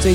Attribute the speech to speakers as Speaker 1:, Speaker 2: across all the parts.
Speaker 1: 最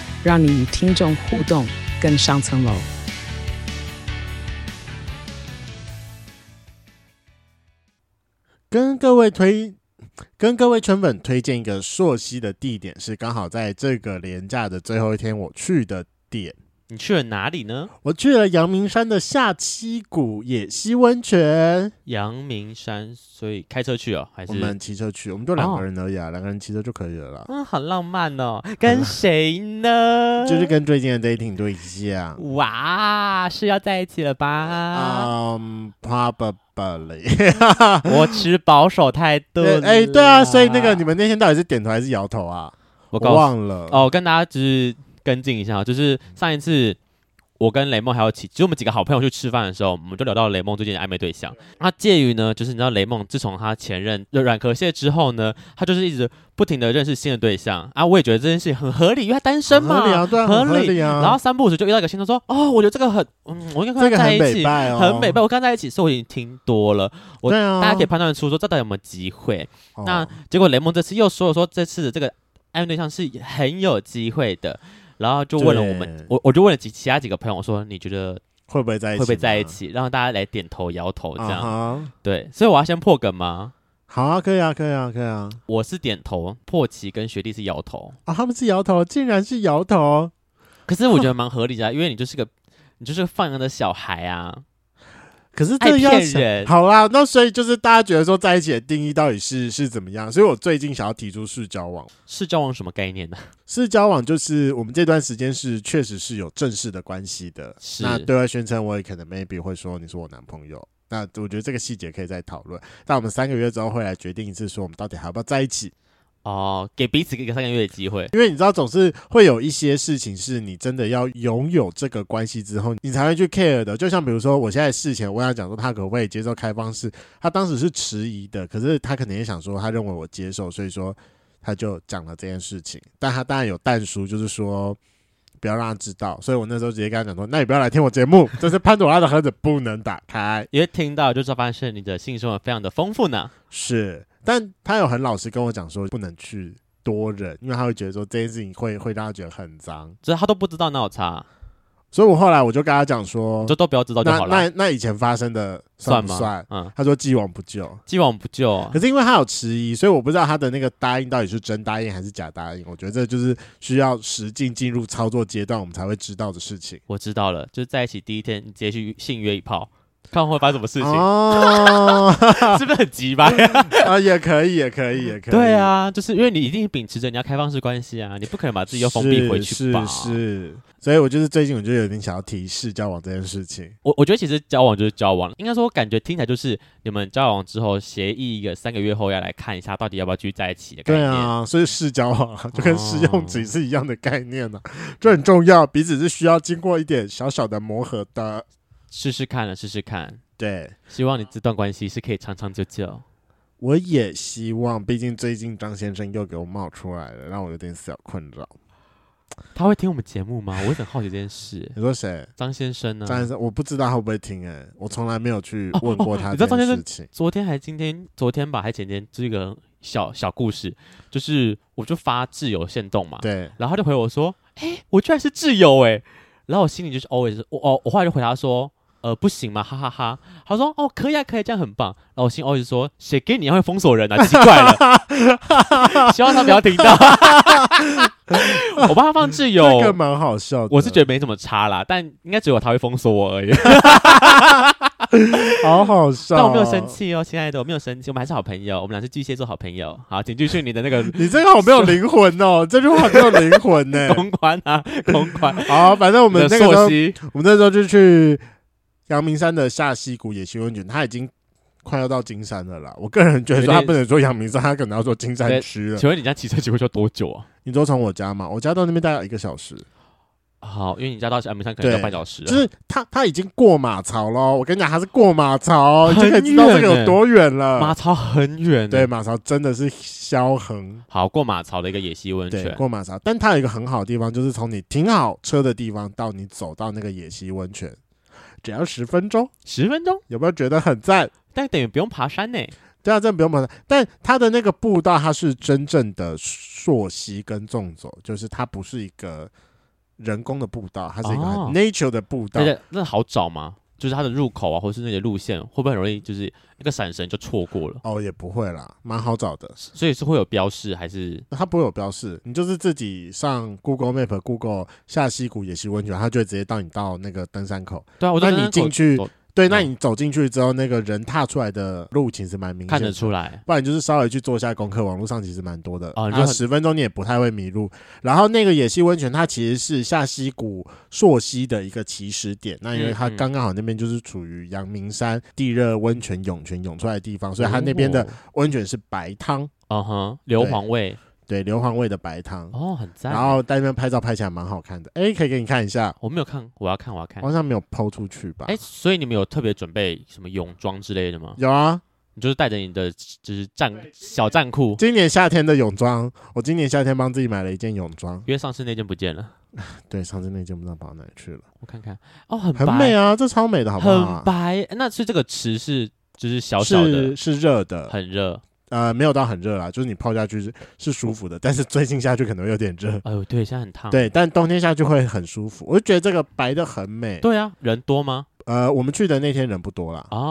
Speaker 1: 让你与听众互动更上层楼。
Speaker 2: 跟各位推，跟各位圈粉推荐一个朔溪的地点，是刚好在这个廉假的最后一天我去的点。
Speaker 3: 你去了哪里呢？
Speaker 2: 我去了阳明山的下七谷野溪温泉，
Speaker 3: 阳明山，所以开车去哦，还是
Speaker 2: 我们骑车去，我们就两
Speaker 3: 哦
Speaker 2: 个人而已啊，两个人骑车就可以了啦。
Speaker 3: 嗯，好浪漫哦，跟谁 呢？
Speaker 2: 就是跟最近的 dating 对象，
Speaker 3: 哇，是要在一起了吧？
Speaker 2: 嗯、p r o b a b l y
Speaker 3: 我持保守态度
Speaker 2: 对，
Speaker 3: 啦。
Speaker 2: 哎、对啊，所以那个你们那天到底是点头还是摇头啊？
Speaker 3: 我
Speaker 2: 我
Speaker 3: 告诉
Speaker 2: 忘了
Speaker 3: 哦，我跟大家就是跟进一下哦，就是上一次我跟雷梦还有其，就我们几个好朋友去吃饭的时候，我们就聊到雷梦最近的暧昧对象。那介于呢，就是你知道雷梦自从他前任就软壳蟹之后呢，他就是一直不停的认识新的对象啊。我也觉得这件事情很合理，因为他单身嘛，
Speaker 2: 合理啊，对啊，
Speaker 3: 合
Speaker 2: 很合
Speaker 3: 理
Speaker 2: 理啊。
Speaker 3: 然后三不五时就遇到一个新的说，哦，我觉得这个很，嗯，我应该
Speaker 2: 这
Speaker 3: 跟
Speaker 2: 个
Speaker 3: 他在
Speaker 2: 很
Speaker 3: 一
Speaker 2: 美
Speaker 3: 起。
Speaker 2: 拜哦，
Speaker 3: 很美，被我跟他在一起，所以我已经听多了，我
Speaker 2: 对啊，
Speaker 3: 大家可以判断出说这到底有没有机会。
Speaker 2: 哦
Speaker 3: 那结果雷蒙这次又说了说这次的这个暧昧对象是很有机会的，然后就问了我们
Speaker 2: 对，
Speaker 3: 我我就问了几其他几个朋友，我说你觉得
Speaker 2: 会不会在一
Speaker 3: 会
Speaker 2: 起？
Speaker 3: 不会在一？起？让大家来点头摇头这样。
Speaker 2: 啊哈
Speaker 3: 对，所以我要先破梗吗？
Speaker 2: 好啊，可以啊，可以啊，可以啊。
Speaker 3: 我是点头，破奇跟学弟是摇头，
Speaker 2: 啊，他们是摇头，竟然是摇头。
Speaker 3: 可是我觉得蛮合理的啊、因为你就是个你就是个放羊的小孩啊。
Speaker 2: 可是这个要
Speaker 3: 爱骗
Speaker 2: 想
Speaker 3: 人
Speaker 2: 好啦，那所以就是大家觉得说在一起的定义到底是是怎么样？所以我最近想要提出是交往，
Speaker 3: 是交往什么概 念呢、
Speaker 2: 是交往就是我们这段时间是确实是有正式的关系的，
Speaker 3: 是
Speaker 2: 那对外宣称我也可能 maybe 会说你是我男朋友。那我觉得这个细节可以再讨论。但我们三个月之后会来决定一次，说我们到底还要不要在一起。
Speaker 3: 哦，给彼此一个三个月的机会。
Speaker 2: 因为你知道，总是会有一些事情是你真的要拥有这个关系之后，你才会去 care 的。就像比如说，我现在事前我跟他讲说他可不可以接受开放式，他当时是迟疑的，可是他可能也想说他认为我接受，所以说他就讲了这件事情。但他当然有淡书，就是说不要让他知道。所以我那时候直接跟他讲说，那你不要来听我节目，这是潘朵拉的盒子不能打开。
Speaker 3: 因为听到就知道发现你的性生活非常的丰富呢。
Speaker 2: 是，但他有很老实跟我讲说不能去多人，因为他会觉得说这件事情会会让他觉得很脏。
Speaker 3: 就是他都不知道，那我查，
Speaker 2: 所以我后来我就跟他讲说，
Speaker 3: 就都不要知道就
Speaker 2: 那
Speaker 3: 好了，
Speaker 2: 那那以前发生的
Speaker 3: 算
Speaker 2: 不
Speaker 3: 吗？
Speaker 2: 算？
Speaker 3: 嗯，
Speaker 2: 他说既往不咎。
Speaker 3: 既往不咎。啊
Speaker 2: 可是因为他有迟疑，所以我不知道他的那个答应到底是真答应还是假答应。我觉得这就是需要实际进入操作阶段，我们才会知道的事情。
Speaker 3: 我知道了，就是在一起第一天，你直接去性约一炮，看会发生什么事情，
Speaker 2: 哦，
Speaker 3: 是不是很急吧？
Speaker 2: 啊，也可以，也可以，也可以。
Speaker 3: 对，啊，就是因为你一定秉持着你要开放式关系啊，你不可能把自己又封闭回去吧？
Speaker 2: 是是。所以我就是最近我就有点想要提示交往这件事情。
Speaker 3: 我我觉得其实交往就是交往，应该说我感觉听起来就是你们交往之后协议一个三个月后要来看一下到底要不要继续在一起的概
Speaker 2: 对
Speaker 3: 念。
Speaker 2: 啊，
Speaker 3: 哦
Speaker 2: 所以试交往啊就跟试用纸是一样的概念呢、这很重要，彼此是需要经过一点小小的磨合的。
Speaker 3: 试试看了，试试看，
Speaker 2: 对，
Speaker 3: 希望你这段关系是可以长长久久。
Speaker 2: 我也希望，毕竟最近张先生又给我冒出来了，让我有点小困扰。
Speaker 3: 他会听我们节目吗？我也很好奇这件事。
Speaker 2: 你说谁？
Speaker 3: 张先生呢？
Speaker 2: 张先生，我不知道他会不会听、欸，我从来没有去问过他
Speaker 3: 你知
Speaker 2: 这
Speaker 3: 道张
Speaker 2: 件
Speaker 3: 先生
Speaker 2: 事情。
Speaker 3: 昨天还今天，昨天吧还前天，这个小小故事，就是我就发挚友限动嘛，
Speaker 2: 对，
Speaker 3: 然后他就回我说，哎、我居然是挚友哎、然后我心里就是 always，我哦，我后来就回答说，呃，不行吗？哈哈哈他说，哦，可以啊，可以，这样很棒。然后我心 always 说，谁给你啊会封锁 人啊？奇怪了， 希望他不要听到。我帮他放挚友，
Speaker 2: 这个蛮好笑的。
Speaker 3: 我是觉得没怎么差啦，但应该只有他会封锁我而已。
Speaker 2: 得好好笑、啊
Speaker 3: 但我没有生。气哦，亲爱的，我没有生气，我们还是好朋友，我们俩是巨蟹座好朋友。好，请继续你的 那个
Speaker 2: 你这个好没有灵魂 哦，这句话没有灵魂呢、
Speaker 3: 公关啊，公关。
Speaker 2: 好，反正我
Speaker 3: 我
Speaker 2: 们
Speaker 3: 的
Speaker 2: 那个时候
Speaker 3: 朔溪，
Speaker 2: 我们那时候就去阳明山的下溪谷野溪温泉，它已经快要到金山了啦。我个人觉得说，
Speaker 3: 有
Speaker 2: 它
Speaker 3: 点
Speaker 2: 不能说阳明山，它可能要说金山区了。
Speaker 3: 请问你这样骑车骑过去要多久啊？
Speaker 2: 你说从我家嘛，我家到那边大概一个小时，
Speaker 3: 好，因为你家到安门山可能
Speaker 2: 对
Speaker 3: 要半小时了，
Speaker 2: 就是他他已经过马槽喽。我跟你讲，他是过马槽，你就可以知道这
Speaker 3: 很远
Speaker 2: 个有
Speaker 3: 欸
Speaker 2: 多远了。
Speaker 3: 马槽很远。欸
Speaker 2: 对，，马槽真的是消横。
Speaker 3: 好过马槽的一个野溪温
Speaker 2: 对，
Speaker 3: 泉。
Speaker 2: 过马槽，但它有一个很好的地方，就是从你停好车的地方到你走到那个野溪温泉，只要十分钟，
Speaker 3: 十分钟，
Speaker 2: 有没有觉得很赞？
Speaker 3: 但等于不用爬山呢、欸
Speaker 2: 对啊，这不用麻烦。但它的那个步道，它是真正的溯溪跟纵走，就是它不是一个人工的步道，它是一个很
Speaker 3: 哦
Speaker 2: nature 的步道。
Speaker 3: 而且那好找吗？就是它的入口啊，或是那些路线，会不会很容易就是一个闪神就错过了？
Speaker 2: 哦，也不会啦，蛮好找的。
Speaker 3: 所以是会有标示还是？
Speaker 2: 它不会有标示，你就是自己上 Google Map、Google 下溪谷野溪温泉，它就会直接到你到那个登山口。
Speaker 3: 对啊，我
Speaker 2: 那
Speaker 3: 在
Speaker 2: 你
Speaker 3: 那
Speaker 2: 进
Speaker 3: 口
Speaker 2: 去
Speaker 3: 走，
Speaker 2: 对，
Speaker 3: 嗯
Speaker 2: 那你走进去之后，那个人踏出来的路其实蛮明显，
Speaker 3: 看得。出来。
Speaker 2: 不然你就是稍微去做一下功课，网络上其实蛮多的。
Speaker 3: 哦你
Speaker 2: 然
Speaker 3: 就
Speaker 2: 后
Speaker 3: 很
Speaker 2: 十分钟你也不太会迷路。然后那个野溪温泉，它其实是下溪谷溯溪的一个起始点。那因为
Speaker 3: 嗯
Speaker 2: 它
Speaker 3: 嗯
Speaker 2: 刚刚好那边就是处于阳明山地热温泉涌泉涌出来的地方，所以它那边的温泉是白汤，
Speaker 3: 哦，嗯哼，硫磺味
Speaker 2: 对，硫磺味的白汤。
Speaker 3: 哦，很赞。
Speaker 2: 然后在那边拍照拍起来蛮好看的，哎，可以给你看一下，
Speaker 3: 我没有看，我要看，我要看
Speaker 2: 好。像没有抛出去吧？
Speaker 3: 哎，所以你们有特别准备什么泳装之类的吗？
Speaker 2: 有啊，
Speaker 3: 你就是带着你的就是战小战裤，
Speaker 2: 今年夏天的泳装，我今年夏天帮自己买了一件泳装，
Speaker 3: 因为上次那件不见了，
Speaker 2: 对，上次那件不知道跑到哪里去了，
Speaker 3: 我看看。哦，很
Speaker 2: 很
Speaker 3: 白
Speaker 2: 美啊，这超美的好不好
Speaker 3: 很？白。那是这个池是就是小小
Speaker 2: 是，
Speaker 3: 的
Speaker 2: 是热的，
Speaker 3: 很热。
Speaker 2: 呃，没有到很热啦，就是你泡下去是是舒服的，但是最近下去可能会有点热，
Speaker 3: 哎呦，对，现在很 烫。
Speaker 2: 对，但冬天下去会很舒服，我就觉得这个白的很美。
Speaker 3: 对啊，人多吗？
Speaker 2: 呃，我们去的那天人不多啦，对我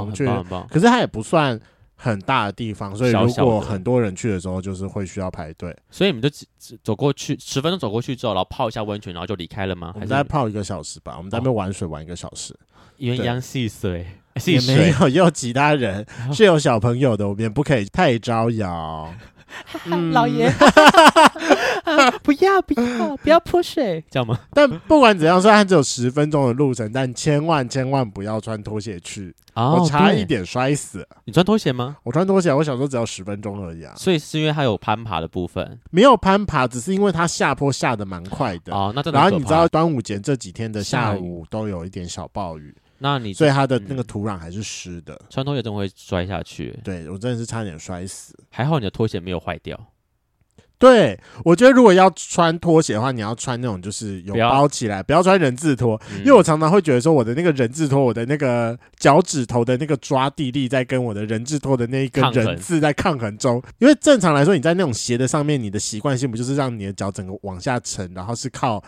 Speaker 3: 哦，
Speaker 2: 们去
Speaker 3: 很棒很棒。
Speaker 2: 可是它也不算很大的地方，所以如
Speaker 3: 小小
Speaker 2: 果
Speaker 3: 的啊
Speaker 2: 很多人去的时候，就是会需要排队。
Speaker 3: 所以你们就只只走过去，十分钟走过去之后，然后泡一下温泉，然后就离开了吗？
Speaker 2: 我
Speaker 3: 还
Speaker 2: 们
Speaker 3: 是哦
Speaker 2: 大概泡一个小时吧，我们在那边玩水玩一个小时，
Speaker 3: 鸳鸯戏水？哎 戏
Speaker 2: 也没
Speaker 3: 水
Speaker 2: 有也有其他 人，是有小朋友的，我们也不可以太招摇。嗯
Speaker 3: 老爷， 不要不要不要泼水，这样吗？
Speaker 2: 但不管怎样，虽然只有十分钟的路程，但千万千万不要穿拖鞋去，
Speaker 3: 哦，
Speaker 2: 我差
Speaker 3: 对
Speaker 2: 一，点摔死。
Speaker 3: 你穿拖鞋吗？
Speaker 2: 我穿拖鞋，我想说只要十分钟而已啊，
Speaker 3: 所以是因为它有攀爬的部分
Speaker 2: 没有攀爬，只是因为它下坡下的蛮快的。
Speaker 3: 哦，那真的
Speaker 2: 然后
Speaker 3: 很可怕。
Speaker 2: 你知道端午节这几天的下
Speaker 3: 下雨
Speaker 2: 午都有一点小暴雨，
Speaker 3: 那你
Speaker 2: 所以它的那
Speaker 3: 嗯
Speaker 2: 个土壤还是湿的。
Speaker 3: 穿拖鞋真的会摔下去，
Speaker 2: 对我真的是差点摔死。
Speaker 3: 还好你的拖鞋没有坏掉。
Speaker 2: 对，我觉得如果要穿拖鞋的话，你要穿那种就是有
Speaker 3: 不要
Speaker 2: 包起来，不要穿人字拖，
Speaker 3: 嗯
Speaker 2: 因为我常常会觉得说我的那个人字拖，我的那个脚趾头的那个抓地力在跟我的人字拖的那一根
Speaker 3: 抗衡
Speaker 2: 人字在抗衡中。因为正常来说，你在那种斜的上面，你的习惯性不就是让你的脚整个往下沉，然后是靠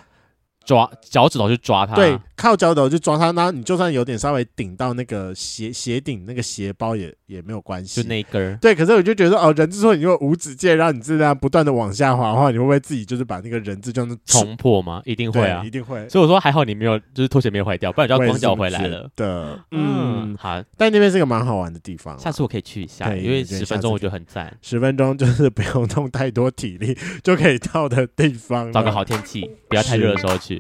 Speaker 3: 抓脚趾头去抓它，
Speaker 2: 对，靠脚头去抓它，那你就算有点稍微顶到那个鞋鞋顶那个鞋包也也没有关系
Speaker 3: 就。那一根儿。
Speaker 2: 对，可是我就觉得哦，人字拖你如果无止境让你这样不断的往下滑的话，你会不会自己就是把那个人字这样子
Speaker 3: 冲破吗？一定会
Speaker 2: 对
Speaker 3: 啊
Speaker 2: 一。定会。
Speaker 3: 所以我说还好你没有，就是拖鞋没有坏掉，不然就要光脚回来了。
Speaker 2: 的，嗯，
Speaker 3: 好，
Speaker 2: 但那边是个蛮好玩的地方啦。
Speaker 3: 下次我可以去一下，
Speaker 2: 对
Speaker 3: 因为
Speaker 2: 你觉得
Speaker 3: 十
Speaker 2: 下
Speaker 3: 分
Speaker 2: 次
Speaker 3: 钟我觉得很赞，
Speaker 2: 十分钟就是不用动太多体力 就可以到的地方了。啊
Speaker 3: 找个好天气，不要太热的时候去。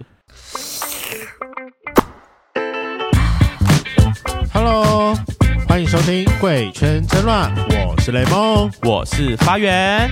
Speaker 2: ，Hello，欢迎收听《贵圈争乱》，我是雷梦。
Speaker 3: 我是发源，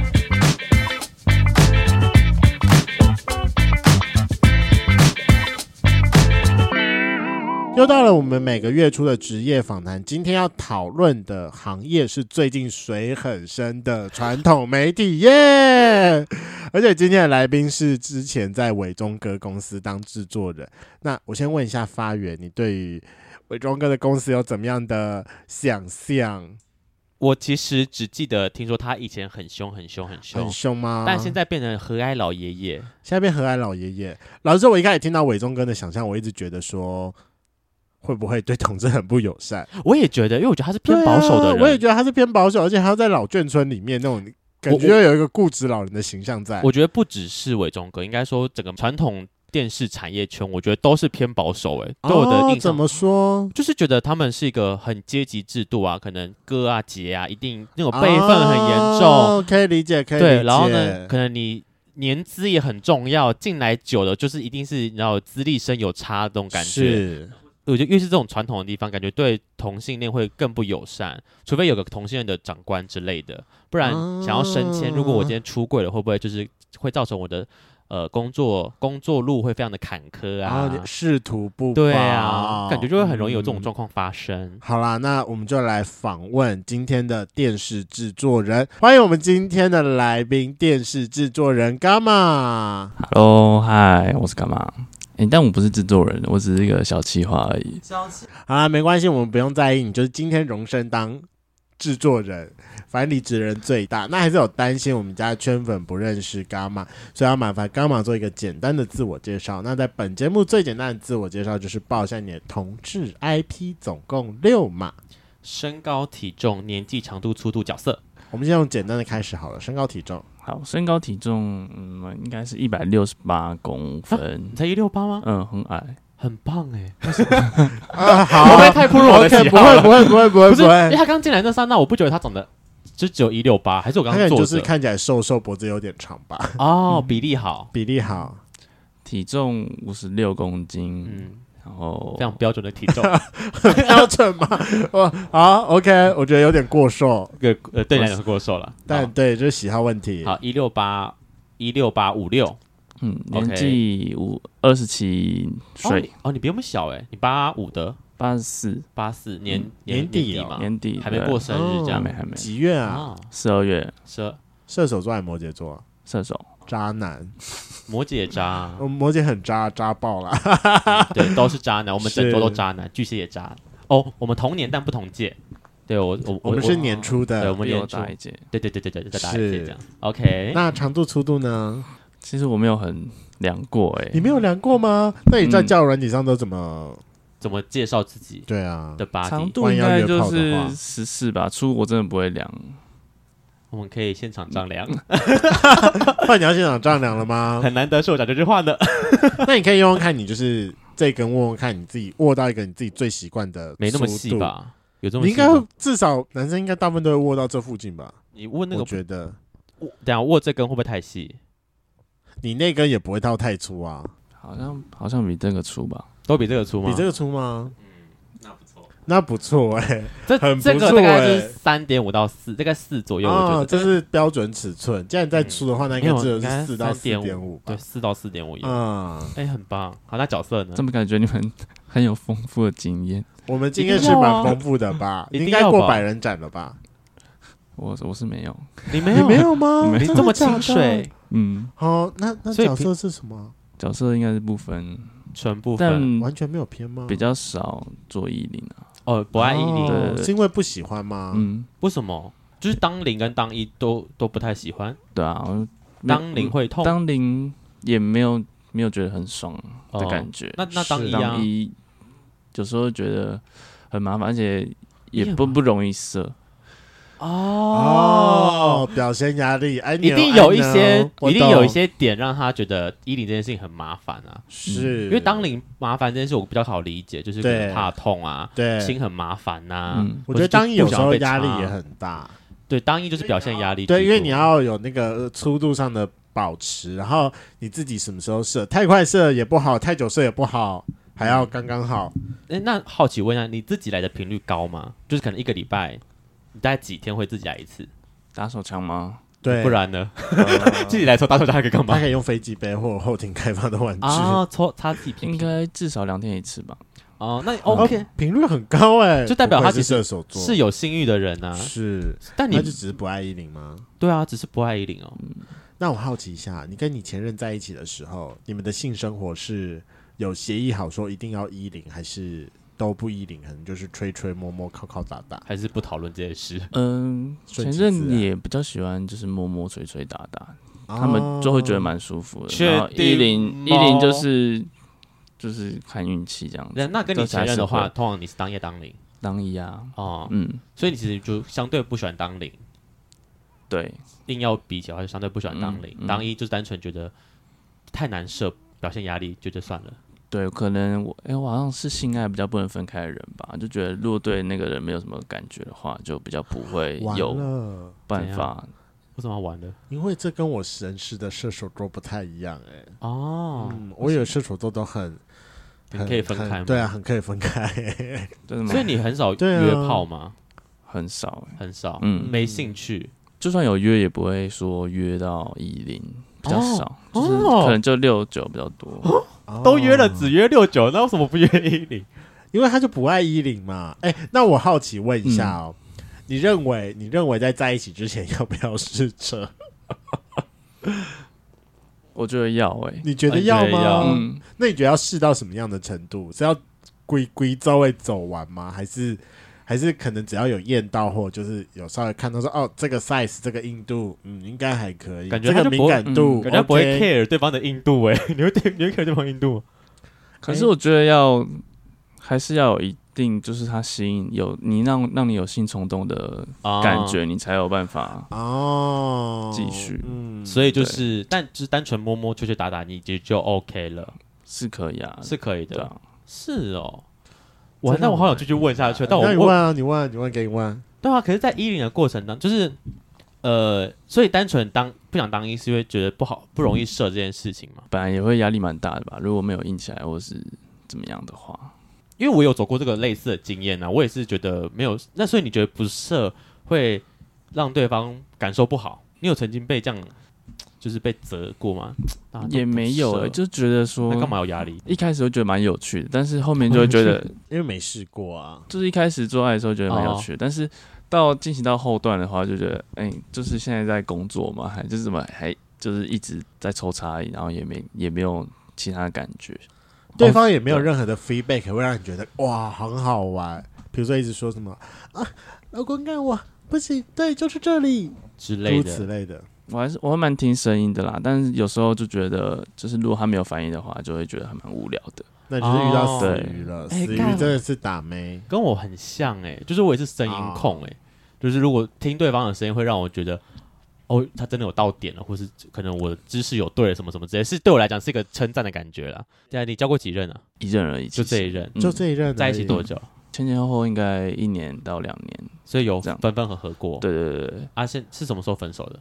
Speaker 2: 又到了我们每个月初的职业访谈，今天要讨论的行业是最近水很深的传统媒体耶。 而且今天的来宾是之前在伟忠哥公司当制作人。那我先问一下发源，你对于伟忠哥的公司有怎么样的想象？
Speaker 3: 我其实只记得听说他以前很凶，很凶，很凶
Speaker 2: 很，凶啊吗？
Speaker 3: 但现在变成和蔼老爷爷。
Speaker 2: 下面和蔼老爷爷，老实说，我一开始听到伟忠哥的想象，我一直觉得说，会不会对同志很不友 善？
Speaker 3: 我也觉得，因为我觉得他是偏保守
Speaker 2: 对
Speaker 3: 的
Speaker 2: 啊我也
Speaker 3: 人，
Speaker 2: 觉得他是偏保守，而且他在老眷村里面那种感觉，
Speaker 3: 我
Speaker 2: 又有一个固执老人的形象在。
Speaker 3: 我觉得不只是伟忠哥，应该说整个传统电视产业圈，我觉得都是偏保守。哎，对我的
Speaker 2: 哦
Speaker 3: 印
Speaker 2: 怎
Speaker 3: 象
Speaker 2: 么说？
Speaker 3: 就是觉得他们是一个很阶级制度啊，可能哥啊、姐啊，一定那种辈分很严重，
Speaker 2: 哦，可以理解，可以理解。
Speaker 3: 对，然后呢，可能你年资也很重要，进来久了就是一定是你知道资历深有差的那种感觉。
Speaker 2: 是
Speaker 3: 我觉得越是这种传统的地方，感觉对同性恋会更不友善，除非有个同性恋的长官之类的，不然
Speaker 2: 啊
Speaker 3: 啊想要升迁，如果我今天出柜了，会不会就是会造成我的呃工作工作路会非常的坎坷
Speaker 2: 然后
Speaker 3: 啊
Speaker 2: 你，仕途不
Speaker 3: 对
Speaker 2: 保
Speaker 3: 啊，感觉就会很容易有这种
Speaker 2: 嗯
Speaker 3: 状况发生。
Speaker 2: 好啦，那我们就来访问今天的电视制作人，欢迎我们今天的来宾电视制作人 Gamma。
Speaker 4: Hello，嗨，我是干嘛？诶但我不是制作人，我只是一个小企划而已。
Speaker 2: 好啦，没关系，我们不用在意，你就是今天荣升当制作人，反正离职人最大。那还是有担心我们家圈粉不认识 Gamma，所以要麻烦 Gamma 做一个简单的自我介绍。那在本节目最简单的自我介绍就是报一下你的同志 IP，总共六码。
Speaker 3: 身高、体重、年纪、长度、粗度、角色。
Speaker 2: 我们先用简单的开始好了，身高体重。
Speaker 4: 好，身高体重，嗯，应该是一百六十八公分
Speaker 3: 你，才一六八吗？
Speaker 4: 嗯，很矮。
Speaker 3: 很棒哎、
Speaker 2: 啊，好，
Speaker 3: 会不会太暴露我的
Speaker 2: OK，
Speaker 3: 喜
Speaker 2: 不
Speaker 3: 好
Speaker 2: 会
Speaker 3: 了
Speaker 2: 不会不会不会
Speaker 3: 不是，
Speaker 2: 不
Speaker 3: 因为
Speaker 2: 会，
Speaker 3: 他刚进来那刹那，我不觉得他长得就只有一六八，还是我
Speaker 2: 他
Speaker 3: 刚
Speaker 2: 可能
Speaker 3: 刚做
Speaker 2: 就是
Speaker 3: 的
Speaker 2: 看起来瘦瘦，脖子有点长吧，
Speaker 3: 哦，比例好，
Speaker 2: 比例好。
Speaker 4: 体重五十六公斤，
Speaker 3: 嗯，
Speaker 4: 然后
Speaker 3: 非常标准的体重，
Speaker 2: 标准吗？ 我好，OK，我觉得有点过瘦，
Speaker 3: 对呃对你来讲是过瘦了，
Speaker 2: 但对，就是喜好问题
Speaker 3: 好。好一六八一六八五六
Speaker 4: 嗯，
Speaker 3: OK
Speaker 4: 年纪五二十七岁，
Speaker 3: 哦，你比我们小哎、你八五的
Speaker 4: 八十四，
Speaker 3: 八四年
Speaker 4: 嗯
Speaker 2: 年底
Speaker 3: 底
Speaker 2: 哦
Speaker 3: 嘛，
Speaker 4: 年底
Speaker 3: 啊还哦没过生日这
Speaker 4: 还
Speaker 3: 样
Speaker 4: 没还没，
Speaker 2: 几月啊？
Speaker 3: 啊，
Speaker 4: 十二月
Speaker 3: 是啊
Speaker 2: 射手座还是摩羯座？
Speaker 4: 射手，
Speaker 2: 渣男，
Speaker 3: 摩羯渣，
Speaker 2: 我摩羯很渣，渣爆了。
Speaker 3: 对，都是渣男，我们整
Speaker 2: 是
Speaker 3: 桌都渣男，巨蟹也渣哦，我们同年但不同届，对我我
Speaker 2: 我们是年初
Speaker 3: 对，我
Speaker 2: 的，
Speaker 3: 们
Speaker 4: 比
Speaker 3: 年
Speaker 4: 我
Speaker 3: 初
Speaker 4: 大一届。
Speaker 3: 对对对对对，再打一
Speaker 2: 是
Speaker 3: 次这样。OK，
Speaker 2: 那长度粗度呢？
Speaker 4: 其实我没有很量过、诶，
Speaker 2: 你没有量过吗？那你在
Speaker 3: 嗯
Speaker 2: 交友软体上都怎么？
Speaker 3: 怎么介绍自己
Speaker 2: 对啊，
Speaker 3: 的 body？
Speaker 4: 长度
Speaker 2: 弯
Speaker 4: 应
Speaker 2: 腰
Speaker 4: 该
Speaker 2: 约
Speaker 4: 就
Speaker 2: 炮的话
Speaker 4: 是十四吧，初我真的不会量，
Speaker 3: 我们可以现场丈量，
Speaker 2: 嗯换你要现场丈量了吗？
Speaker 3: 很难得是我讲这句话的。
Speaker 2: 那你可以用用看，你就是这根握握看，你自己握到一个你自己最习惯的，
Speaker 3: 没那么细？吧？有这么
Speaker 2: 你
Speaker 3: 细
Speaker 2: 应该
Speaker 3: 吗
Speaker 2: 至少男生应该大部分都会握到这附近吧？
Speaker 3: 你问那个
Speaker 2: 我，觉得
Speaker 3: 握等下握这根会不会太细？
Speaker 2: 你那根也不会到太粗啊，
Speaker 4: 好像好像比这个粗吧。
Speaker 3: 都比这个粗吗？
Speaker 2: 比这个粗吗？
Speaker 3: 嗯那不错，
Speaker 2: 那不错哎、
Speaker 3: 这
Speaker 2: 很不
Speaker 3: 这个
Speaker 2: 错
Speaker 3: 大概
Speaker 2: 欸
Speaker 3: 是三点五到四，大概四左右，我觉
Speaker 2: 啊，
Speaker 3: 得
Speaker 2: 这是标准尺寸。既然再粗的话，那应该只有
Speaker 3: 没有应该
Speaker 2: 是四到四
Speaker 3: 3.5
Speaker 2: 点五吧
Speaker 3: 对。四到四点五有。
Speaker 2: 嗯，
Speaker 3: 哎，很棒。好，那角色呢
Speaker 4: 这？么感觉你们很有丰富的经验？
Speaker 2: 我们今天是蛮丰富的吧？
Speaker 3: 一
Speaker 2: 你应
Speaker 3: 定
Speaker 2: 该
Speaker 3: 要吧
Speaker 2: 过百人斩了吧？
Speaker 4: 我我是没有，
Speaker 3: 你没
Speaker 2: 你
Speaker 3: 有
Speaker 2: 没？有吗？
Speaker 4: 没
Speaker 3: 你
Speaker 4: 有
Speaker 3: 这么
Speaker 2: 真的
Speaker 3: 清
Speaker 2: 假的
Speaker 3: 水，
Speaker 4: 嗯，
Speaker 2: 好，那那
Speaker 3: 所以
Speaker 2: 角色是什么？
Speaker 4: 角色应该是不分，
Speaker 3: 纯部
Speaker 4: 但
Speaker 3: 分
Speaker 2: 完全没有偏吗？
Speaker 4: 比较少做衣领啊。
Speaker 3: 哦，不爱一零，
Speaker 2: 哦
Speaker 4: 对
Speaker 2: 是因为不喜欢吗？
Speaker 4: 嗯，
Speaker 3: 为什么？就是当零跟当一都都不太喜欢，
Speaker 4: 对啊，我没有
Speaker 3: 当零会痛，
Speaker 4: 当零也没有没有觉得很爽的
Speaker 3: 哦
Speaker 4: 感觉。
Speaker 3: 那那当
Speaker 2: 是
Speaker 3: 一啊
Speaker 4: 当，一有时候觉得很麻烦，而且也
Speaker 3: 一很
Speaker 4: 不
Speaker 3: 麻
Speaker 4: 不容易射。
Speaker 3: 哦，
Speaker 2: 哦，表现压力，哎，
Speaker 3: 一定有一
Speaker 2: I
Speaker 3: 些
Speaker 2: know，，我
Speaker 3: 一定有一
Speaker 2: 懂
Speaker 3: 些点让他觉得衣领这件事情很麻烦啊。
Speaker 2: 是，
Speaker 3: 因为当零麻烦这件事，我比较好理解，就是可
Speaker 2: 对
Speaker 3: 能怕痛啊，
Speaker 2: 对，
Speaker 3: 心很麻烦呐、
Speaker 4: 嗯
Speaker 2: 我觉得
Speaker 3: 或者
Speaker 2: 当
Speaker 3: 就
Speaker 2: 一
Speaker 3: 不
Speaker 2: 有时
Speaker 3: 想要
Speaker 2: 候
Speaker 3: 被
Speaker 2: 压
Speaker 3: 插
Speaker 2: 力也很大，
Speaker 3: 对，当一就是表现压力居多，
Speaker 2: 对，因为你要有那个呃粗度上的保持，然后你自己什么时候射，太快射也不好，太久射也不好，还要刚刚好。
Speaker 3: 诶那好奇问一下，你自己来的频率高吗？就是可能一个礼拜，你大概几天会自己来一次？
Speaker 4: 打手枪吗？
Speaker 2: 对，哦
Speaker 3: 不然呢？ 自己来抽打手枪还可以干
Speaker 2: 他
Speaker 3: 嘛？
Speaker 2: 可以用飞机杯或后庭开发的玩具。哦
Speaker 3: 啊，抽擦自己屁
Speaker 4: 应
Speaker 3: 屁
Speaker 4: 该至少两天一次吧。
Speaker 3: 哦，那你 OK
Speaker 2: 哦频率很高哎、
Speaker 3: 就代表他
Speaker 2: 不愧
Speaker 3: 其
Speaker 2: 是射手座，
Speaker 3: 是有性欲的人啊，
Speaker 2: 是，
Speaker 3: 但你
Speaker 2: 那就只是不爱依零吗？
Speaker 3: 对啊，只是不爱衣领哦。
Speaker 2: 那我好奇一下，你跟你前任在一起的时候，你们的性生活是有协议好说一定要依零，还是都不依零？可能就是吹吹摸摸、敲敲打打。
Speaker 3: 还是不讨论这件事。
Speaker 4: 嗯，
Speaker 2: 顺
Speaker 4: 前
Speaker 2: 其自
Speaker 4: 任
Speaker 3: 啊
Speaker 2: 然
Speaker 4: 也比较喜欢就是摸摸捶捶打打，他
Speaker 2: 哦
Speaker 4: 们就会觉得蛮舒服的。
Speaker 3: 哦确
Speaker 4: 然后一
Speaker 3: 定
Speaker 4: 零一
Speaker 3: 吗
Speaker 4: 零就是就是看运气这样
Speaker 3: 那
Speaker 4: 子。
Speaker 3: 那跟你
Speaker 4: 这才
Speaker 3: 前任的
Speaker 4: 是会
Speaker 3: 话，通常你是当夜当零
Speaker 4: 当一啊，
Speaker 3: 哦，
Speaker 4: 嗯，
Speaker 3: 所以你其实就相对不喜欢当零，
Speaker 4: 对，
Speaker 3: 硬要比起来，就相对不喜欢当零。
Speaker 4: 嗯嗯
Speaker 3: 当一就是单纯觉得太难射，表现压力，觉得算了。
Speaker 4: 对，可能我哎、我好像是性爱比较不能分开的人吧，就觉得如果对那个人没有什么感觉的话，就比较不会
Speaker 2: 完
Speaker 4: 有
Speaker 2: 了。
Speaker 4: 办法。
Speaker 3: 为什么要玩了？
Speaker 2: 因为这跟我神识的射手座不太一样哎、
Speaker 3: 哦，
Speaker 2: 嗯，我以为射手座都很
Speaker 3: 嗯你
Speaker 2: 很
Speaker 3: 可以分开吗
Speaker 2: 很对啊，很可以分开、
Speaker 4: 真的吗？
Speaker 3: 所以你很少
Speaker 2: 对啊
Speaker 3: 约炮吗？
Speaker 4: 很
Speaker 3: 啊
Speaker 4: 少、欸，
Speaker 3: 很少，
Speaker 4: 嗯
Speaker 3: 没兴趣。
Speaker 4: 就算有约也不会说约到一零，比较
Speaker 3: 哦
Speaker 4: 少，就是可能就六九比较多。
Speaker 3: 都约了，
Speaker 2: 哦
Speaker 3: 只约六九，那为什么不约一 零？
Speaker 2: 因为他就不爱依林嘛。哎、那我好奇问一下
Speaker 3: 嗯
Speaker 2: 哦，你认为你认为在在一起之前要不要试车？
Speaker 4: 我觉得要哎、
Speaker 2: 你觉得
Speaker 3: 我觉
Speaker 2: 要
Speaker 3: 得
Speaker 2: 吗？
Speaker 3: 要
Speaker 4: 嗯，
Speaker 2: 那你觉得要试到什么样的程度？是要归归周围走完吗？还是还是可能只要有验到或就是有稍微看到说哦，这个 size 这个硬度，嗯，应该还可以，
Speaker 3: 感觉
Speaker 2: 这
Speaker 3: 他
Speaker 2: 个
Speaker 3: 就
Speaker 2: 敏
Speaker 3: 不会嗯
Speaker 2: 感度，
Speaker 3: 感觉不会
Speaker 2: OK
Speaker 3: care 对方的硬度哎、 你会对你会 care 对方硬度吗？
Speaker 4: 可
Speaker 3: 哎
Speaker 4: 是我觉得要还是要有一定，就是它吸引有你让让你有性冲动的
Speaker 3: 啊
Speaker 4: 感觉，你才有办法。
Speaker 2: 哦，
Speaker 4: 继续
Speaker 2: 嗯，
Speaker 3: 啊所以就是，但就是单纯摸摸、吹吹打打，你就就 OK 了，
Speaker 4: 是可以啊，
Speaker 3: 是可以
Speaker 4: 对
Speaker 3: 的。
Speaker 4: 啊，
Speaker 3: 是哦，哇，
Speaker 2: 这
Speaker 3: 那
Speaker 2: 让
Speaker 3: 我
Speaker 2: 我
Speaker 3: 好想继续问下去，但我
Speaker 2: 那你
Speaker 3: 问
Speaker 2: 问啊，你问啊，你问，给你问啊。
Speaker 3: 对啊，可是，在一零的过程当，就是呃，所以单纯当不想当医是因为觉得不好不容易射这件事情嘛。
Speaker 4: 本来也会压力蛮大的吧？如果没有硬起来或是怎么样的话，
Speaker 3: 因为我有走过这个类似的经验呢、啊我也是觉得没有。那所以你觉得不射会让对方感受不好？你有曾经被这样就是被责过吗？啊都
Speaker 4: 也
Speaker 3: 不
Speaker 4: 没有、欸，
Speaker 3: 射
Speaker 4: 就觉得说
Speaker 3: 那干嘛有压力？
Speaker 4: 一开始会觉得蛮有趣的，但是后面就会觉得，
Speaker 2: 因为没试过啊，
Speaker 4: 就是一开始做爱的时候觉得蛮有趣
Speaker 3: 哦
Speaker 4: 的，但是到进行到后段的话，就觉得，哎、就是现在在工作嘛，还就是怎么还就是一直在抽插而已，然后也没也没有其他的感觉，
Speaker 3: 哦
Speaker 2: 对方也没有
Speaker 4: 对
Speaker 2: 任何的 feedback 会让你觉得哇很好玩。比如说一直说什么啊，老公干我不行，对，就是这里，
Speaker 3: 之类
Speaker 2: 诸此
Speaker 3: 的。
Speaker 2: 类的。
Speaker 4: 我还是我还蛮听声音的啦，但是有时候就觉得，就是如果他没有反应的话，就会觉得还蛮无聊的。
Speaker 2: 那就是遇到
Speaker 3: 哦
Speaker 2: 死鱼了，
Speaker 3: 对
Speaker 2: 死鱼
Speaker 3: 哎干
Speaker 2: 真的是打没。
Speaker 3: 跟我很像哎、就是我也是声音控哎、就是如果听对方的声音会让我觉得，哦，他真的有到点了，或是可能我的姿势有对了什么什么之类，是对我来讲是一个称赞的感觉啦。对啊，你交过几任啊？
Speaker 4: 一任而已，
Speaker 3: 就这一
Speaker 4: 一，
Speaker 3: 任，
Speaker 4: 嗯
Speaker 2: 就这一任而已
Speaker 3: 在一起多久？
Speaker 4: 前前后后应该一年到两年。
Speaker 3: 所以有
Speaker 4: 这样
Speaker 3: 分分合合过。
Speaker 4: 对对对对，
Speaker 3: 啊，现是什么时候分手的？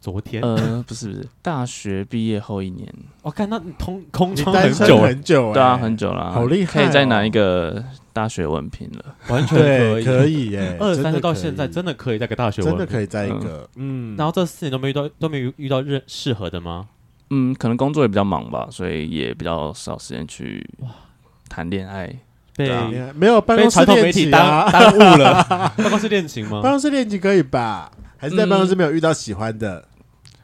Speaker 3: 昨天。
Speaker 4: 呃，不是不是，大学毕业后一年，
Speaker 3: 我哦看那你空空
Speaker 2: 你
Speaker 3: 窗
Speaker 2: 单身
Speaker 3: 久欸，
Speaker 2: 很久欸，
Speaker 4: 对啊，很久啦，
Speaker 2: 好厉害哦
Speaker 4: 可以再拿一个大学文凭了。
Speaker 3: 完全可
Speaker 2: 对，
Speaker 3: 以。
Speaker 2: 可以耶，
Speaker 3: 二十
Speaker 2: 真
Speaker 3: 三
Speaker 2: 的
Speaker 3: 岁到
Speaker 2: 可以
Speaker 3: 现在，真的可以在个大学
Speaker 2: 真的
Speaker 3: 文凭
Speaker 2: 可以在一个嗯，
Speaker 3: 然后这四年都没遇到，都没有遇到认适合的吗？
Speaker 4: 嗯，可能工作也比较忙吧，所以也比较少时间去谈恋爱。
Speaker 3: 被
Speaker 2: 打恋爱啊没有办
Speaker 3: 被
Speaker 2: 公室
Speaker 3: 传统媒
Speaker 2: 恋
Speaker 3: 体
Speaker 2: 情
Speaker 3: 耽
Speaker 2: 啊，
Speaker 3: 耽误了。 办公室恋情
Speaker 2: 办
Speaker 3: 吗？
Speaker 2: 公室恋情可以吧？还是在办公室没有遇到喜欢的？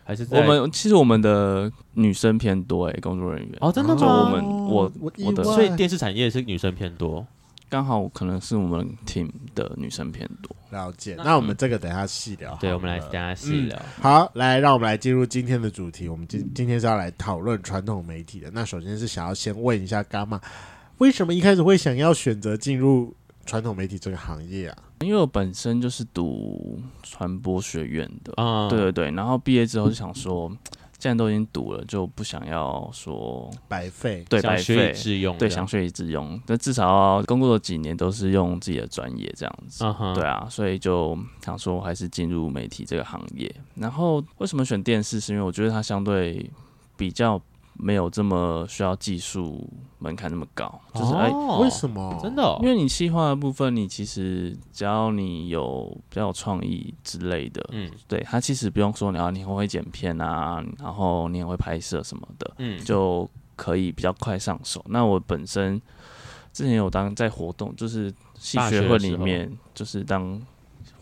Speaker 3: 还是在
Speaker 4: 我们其实我们的女生偏多诶、工作人员
Speaker 3: 哦，真的
Speaker 4: 就我
Speaker 3: 吗？
Speaker 4: 们我
Speaker 2: 我
Speaker 4: 我的
Speaker 2: 意外
Speaker 3: 所以电视产业是女生偏多，
Speaker 4: 刚好可能是我们 team 的女生偏多。
Speaker 2: 了解。那我们这个等一下细聊好了。
Speaker 3: 对，我们来等一下细聊。
Speaker 2: 好，来，让我们来进入今天的主题。我们今今天是要来讨论传统媒体的。那首先是想要先问一下伽马，为什么一开始会想要选择进入传统媒体这个行业啊？
Speaker 4: 因为我本身就是读传播学院的，
Speaker 3: 啊，
Speaker 4: 嗯对对对，然后毕业之后就想说，既然都已经读了，就不想要说
Speaker 2: 白费，
Speaker 4: 对
Speaker 3: 想
Speaker 4: 白
Speaker 3: 学
Speaker 4: 费
Speaker 3: 以，致用这
Speaker 4: 对
Speaker 3: 样，
Speaker 4: 想学以致用，但至少工作几年都是用自己的专业这样子。
Speaker 3: 嗯哼，
Speaker 4: 对啊，所以就想说还是进入媒体这个行业。然后为什么选电视？是因为我觉得它相对比较没有这么需要技术门槛那么高，就是哎、
Speaker 3: 哦
Speaker 2: 为什么？
Speaker 3: 真的哦
Speaker 4: 因为你细化的部分，你其实只要你有比较有创意之类的，
Speaker 3: 嗯
Speaker 4: 对它其实不用说你要你很会剪片啊，然后你很会拍摄什么的，
Speaker 3: 嗯，
Speaker 4: 就可以比较快上手。那我本身之前有当在活动，就是戏
Speaker 3: 大学
Speaker 4: 学
Speaker 3: 的
Speaker 4: 会
Speaker 3: 时
Speaker 4: 里
Speaker 3: 候
Speaker 4: 面就是当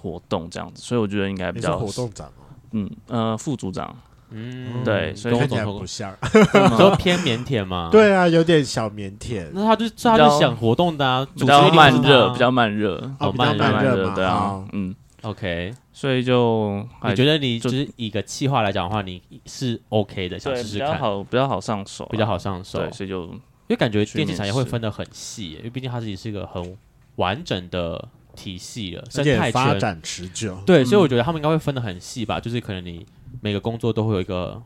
Speaker 4: 活动这样子，所以我觉得应该比
Speaker 2: 你是
Speaker 4: 较
Speaker 2: 活动长哦，
Speaker 4: 嗯呃副组 长，嗯
Speaker 3: 嗯
Speaker 4: 对所以
Speaker 3: 懂
Speaker 2: 看
Speaker 3: 我
Speaker 2: 起来
Speaker 3: 懂
Speaker 2: 不
Speaker 3: 懂，
Speaker 2: 像。
Speaker 3: 你说偏腼腆嘛？。
Speaker 2: 对啊，有点小腼腆，
Speaker 3: 那他就所以他
Speaker 4: 比
Speaker 3: 就
Speaker 4: 较
Speaker 3: 想活动的啊，
Speaker 4: 比较慢热，
Speaker 3: 比
Speaker 4: 比较慢热，
Speaker 2: 哦，
Speaker 3: 好
Speaker 2: 比较
Speaker 3: 慢热
Speaker 2: 慢热嘛，
Speaker 4: 对啊
Speaker 2: 哦，
Speaker 4: 嗯，
Speaker 3: OK。
Speaker 4: 所以就
Speaker 3: 你觉
Speaker 4: 得
Speaker 3: 得你就
Speaker 4: 就是
Speaker 3: 以一个气话来讲的话，你是 OK 的，想
Speaker 4: 对
Speaker 3: 试
Speaker 4: 比
Speaker 3: 试
Speaker 4: 较
Speaker 3: 看，
Speaker 4: 好，比较好上手啊，
Speaker 3: 比较好上手。
Speaker 4: 对，所以就
Speaker 3: 因为感觉
Speaker 4: 去
Speaker 3: 电视产业会
Speaker 4: 面试
Speaker 3: 分得很细耶，因为毕竟它自己是一个很完整的体系了，
Speaker 2: 而
Speaker 3: 生态
Speaker 2: 且发
Speaker 3: 圈
Speaker 2: 展持久。
Speaker 3: 对，所以我觉得他们应该会分得很细吧，就是可能你每个工作都会有一个，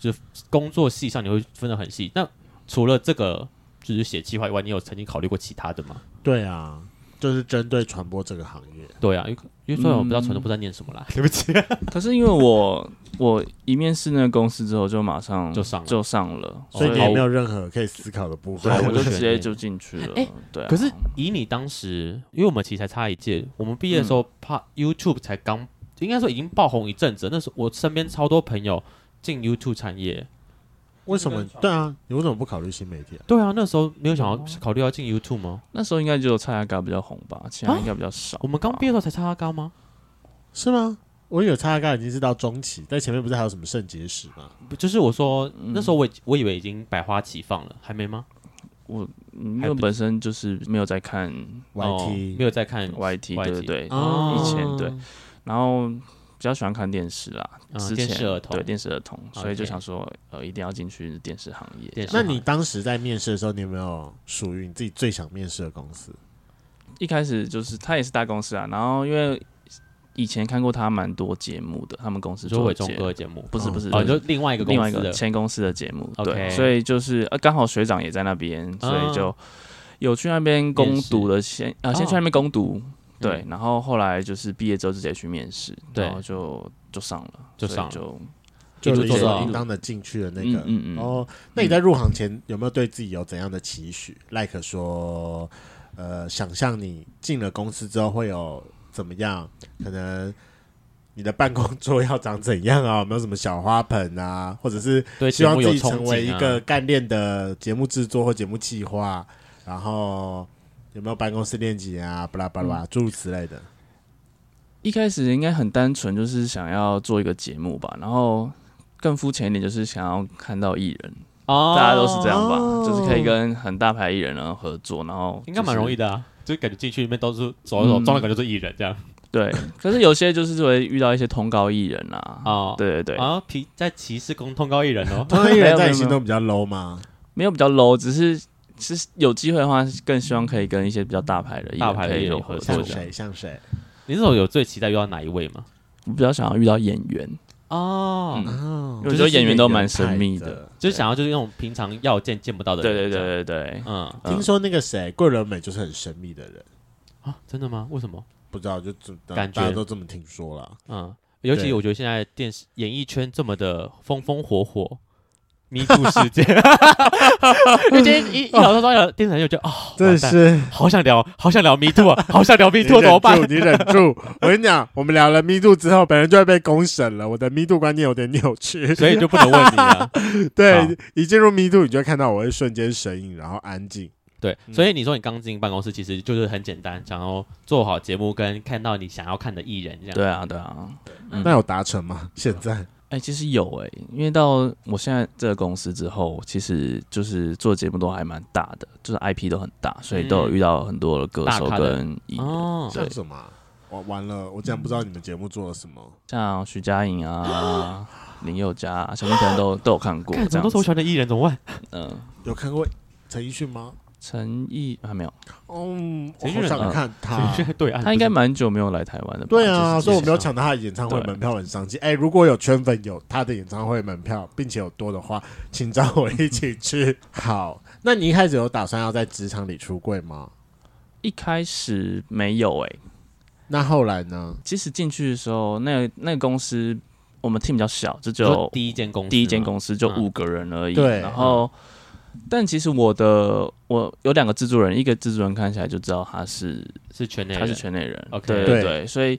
Speaker 3: 就是工作系上你会分得很细。那除了这个就是写计划以外，你有曾经考虑过其他的吗？
Speaker 2: 对啊，就是针对传播这个行业。
Speaker 3: 对啊，因为因为虽然我不知道传统不知道念什么啦，对不起，
Speaker 4: 可是因为我我一面试那个公司之后，就马上
Speaker 3: 就上了
Speaker 4: 就上了，
Speaker 2: 所以你
Speaker 3: 哦
Speaker 2: 也没有任何可以思考的部分
Speaker 4: 对，，我
Speaker 3: 我
Speaker 4: 就
Speaker 3: 就
Speaker 4: 直
Speaker 3: 选
Speaker 4: 接
Speaker 3: 你
Speaker 4: 就进去了。
Speaker 3: 哎
Speaker 4: 对啊，
Speaker 3: 可是以你当时，因为我们其实才差一届，我们毕业的时候，怕 YouTube 才刚，应该说已经爆红一阵子了。那时候我身边超多朋友进 YouTube 产业。
Speaker 2: 为什么？对啊，你为什么不考虑新媒体啊？
Speaker 3: 对啊，那时候没有想要
Speaker 4: 哦
Speaker 3: 考虑要进 YouTube 吗？
Speaker 4: 那时候应该只有蔡阿嘎比较红吧，其
Speaker 3: 啊
Speaker 4: 他应该比较少吧。
Speaker 3: 我们刚毕业的时候才插高吗？
Speaker 2: 是吗？我以为叉嘎已经是到中期，但前面不是还有什么肾结石吗？
Speaker 4: 哦
Speaker 3: 不就是我说
Speaker 4: 嗯
Speaker 3: 那时候我已我以为已经百花齐放了，还没吗
Speaker 4: 我嗯因
Speaker 3: 还
Speaker 4: 为
Speaker 3: 不
Speaker 4: 本身就是没有在看
Speaker 2: YT
Speaker 3: 哦没有在看
Speaker 4: YT，
Speaker 3: YT
Speaker 4: 对对对，
Speaker 3: 哦
Speaker 4: 以前对，然后比较喜欢看电视啦，
Speaker 3: 嗯
Speaker 4: 之前
Speaker 3: 电视儿童
Speaker 4: 对电视儿童，所以
Speaker 3: OK
Speaker 4: 就想说呃一定要进去电视行业。
Speaker 3: 电视
Speaker 4: 这
Speaker 2: 那
Speaker 4: 样
Speaker 2: 你当时在面试的时候，你有没有属于你自己最想面试的公司？
Speaker 4: 一开始就是他也是大公司啊，然后因为以前看过他蛮多节目的，他们公司
Speaker 3: 你说伟
Speaker 4: 做
Speaker 3: 忠
Speaker 4: 节
Speaker 3: 哥的节目，
Speaker 4: 不是
Speaker 2: 哦
Speaker 4: 不是
Speaker 3: 哦，你说另外一个公
Speaker 4: 另外一
Speaker 3: 司
Speaker 4: 个
Speaker 3: 的，
Speaker 4: 前公司的节目，
Speaker 3: OK 啊
Speaker 4: 对，所以就是呃，刚好学长也在那边，所以就有去那边攻读的先，呃，先去那边攻读，对，然后后来就是毕业之后直接去面试，
Speaker 3: 嗯对
Speaker 4: 然后就就上了，
Speaker 3: 就
Speaker 4: 所以
Speaker 3: 上了
Speaker 4: 就
Speaker 2: 就
Speaker 3: 一
Speaker 2: 是
Speaker 3: 路
Speaker 2: 理
Speaker 3: 做
Speaker 2: 所
Speaker 3: 到
Speaker 2: 应当的进去的那个。
Speaker 4: 嗯嗯嗯
Speaker 2: 哦，那你在入行前有没有对自己有怎样的期许？Like 说，呃，想象你进了公司之后会有怎么样？可能你的办公桌要长怎样啊？有没有什么小花盆啊？或者是
Speaker 3: 对
Speaker 2: 希
Speaker 3: 节
Speaker 2: 望
Speaker 3: 目
Speaker 2: 自
Speaker 3: 有
Speaker 2: 己
Speaker 3: 憧
Speaker 2: 成为一
Speaker 3: 憬
Speaker 2: 个
Speaker 3: 啊。
Speaker 2: 干练的节目制作或节目企划？然后有没有办公室练习啊？巴拉巴
Speaker 4: 嗯
Speaker 2: 拉，诸如此类的。
Speaker 4: 一开始应该很单纯，就是想要做一个节目吧，然后更肤浅一点，就是想要看到艺人，
Speaker 3: 哦
Speaker 4: 大家都是这样吧，
Speaker 2: 哦，
Speaker 4: 就是可以跟很大牌艺人然后合作，然后
Speaker 3: 应该蛮容易
Speaker 4: 的，
Speaker 3: 的啊，就感觉进去里面都是走一走，
Speaker 4: 嗯
Speaker 3: 装了感觉就是艺人这样
Speaker 4: 对。可是有些就是会遇到一些通告艺人啊，
Speaker 3: 哦，
Speaker 4: 对对对，
Speaker 3: 啊，皮在歧视公通告艺人哦
Speaker 2: 通常艺人在
Speaker 4: 没有没有
Speaker 2: 你心中比较 low 吗？
Speaker 4: 没有比较 low，只是其实有机会的话，更希望可以跟一些比较大牌的艺人
Speaker 3: 大牌的
Speaker 4: 可以
Speaker 3: 艺人
Speaker 4: 有
Speaker 3: 合
Speaker 4: 合
Speaker 3: 作
Speaker 4: 作
Speaker 2: 像
Speaker 4: 这样。
Speaker 2: 谁？像谁？
Speaker 3: 你那时候有最期待遇到哪一位吗？
Speaker 4: 我比较想要遇到演员，
Speaker 3: 哦，
Speaker 4: 嗯，
Speaker 2: 哦
Speaker 4: 我觉得演员都蛮神秘的。
Speaker 3: 就是想要就是那种平常要见见不到的
Speaker 4: 对
Speaker 3: 人，
Speaker 4: 对
Speaker 3: 这样，
Speaker 4: 对对对，
Speaker 3: 嗯
Speaker 4: 嗯
Speaker 2: 听说那个谁，桂纶镁就是很神秘的人，
Speaker 3: 啊，真的吗？为什么？
Speaker 2: 不知道就这
Speaker 3: 感觉
Speaker 2: 大家都这么听说了。
Speaker 3: 嗯，尤其
Speaker 2: 对
Speaker 3: 我觉得现在电视演艺圈这么的风风火火。迷途事件， 因为今天一一聊到到了电视台，就觉得哦，
Speaker 2: 哦真
Speaker 3: 完
Speaker 2: 的
Speaker 3: 蛋
Speaker 2: 是
Speaker 3: 好想聊，好想聊迷途啊，好想聊迷
Speaker 2: 你
Speaker 3: 途
Speaker 2: 忍
Speaker 3: 怎么办
Speaker 2: 住，？你忍住！我跟你讲，我们聊了 Me Too 之后，本人就会被公审了。我的 Me Too 观念有点扭曲，
Speaker 3: 所以就不能问你啊 了。好
Speaker 2: 对，一进入 Me Too，你就会看到我会瞬间神隐，然后安静。
Speaker 3: 对，
Speaker 2: 嗯
Speaker 3: 所以你说你刚进办公室，其实就是很简单，想要做好节目跟看到你想要看的艺人这样。
Speaker 4: 对啊对啊。嗯
Speaker 2: 那有达成吗？现在
Speaker 4: 哎、其实有哎、因为到我现在这个公司之后，其实就是做节目都还蛮大的，就是 IP 都很大，所以都有遇到很多的歌手
Speaker 3: 嗯大咖的
Speaker 4: 跟艺人，
Speaker 3: 哦，
Speaker 2: 像什么啊？我完了，我竟然不知道你们节目做了什么。
Speaker 4: 像徐佳莹啊、林宥嘉、啊，相信可能都都有看过
Speaker 3: 看
Speaker 4: 这
Speaker 3: 怎么
Speaker 4: 样
Speaker 3: 都是我喜
Speaker 4: 子。
Speaker 3: 欢的艺人，怎么办？
Speaker 4: 嗯、
Speaker 2: 有看过陈奕迅吗？
Speaker 4: 陈毅还没有，
Speaker 2: 嗯，我
Speaker 3: 陈奕
Speaker 2: 好
Speaker 3: 迅
Speaker 2: 想
Speaker 4: 啊
Speaker 2: 看他。
Speaker 3: 去对岸，
Speaker 4: 他应该蛮久没有来台湾了吧。
Speaker 2: 对 啊，
Speaker 4: 就是
Speaker 2: 所以我没有
Speaker 4: 之
Speaker 2: 抢
Speaker 4: 前
Speaker 2: 到他的演唱会
Speaker 4: 对
Speaker 2: 门票，很伤心。哎、如果有圈粉有他的演唱会门票，并且有多的话，请找我一起 去。好，那你一开始有打算要在职场里出柜吗？
Speaker 4: 一开始没有哎、
Speaker 2: 那后来呢？
Speaker 4: 其实进去的时候，那个那个公司我们 team 比较小，就
Speaker 3: 就
Speaker 4: 只有
Speaker 3: 是第一间公司，
Speaker 4: 第一间公司就
Speaker 3: 嗯
Speaker 4: 五个人而已。
Speaker 2: 对
Speaker 4: 然后，但其实我的我有两个制作人，一个制作人看起来就知道他是
Speaker 3: 司是圈内人，
Speaker 4: 他是圈内人
Speaker 3: OK
Speaker 4: 对
Speaker 2: 对
Speaker 4: 对对，所以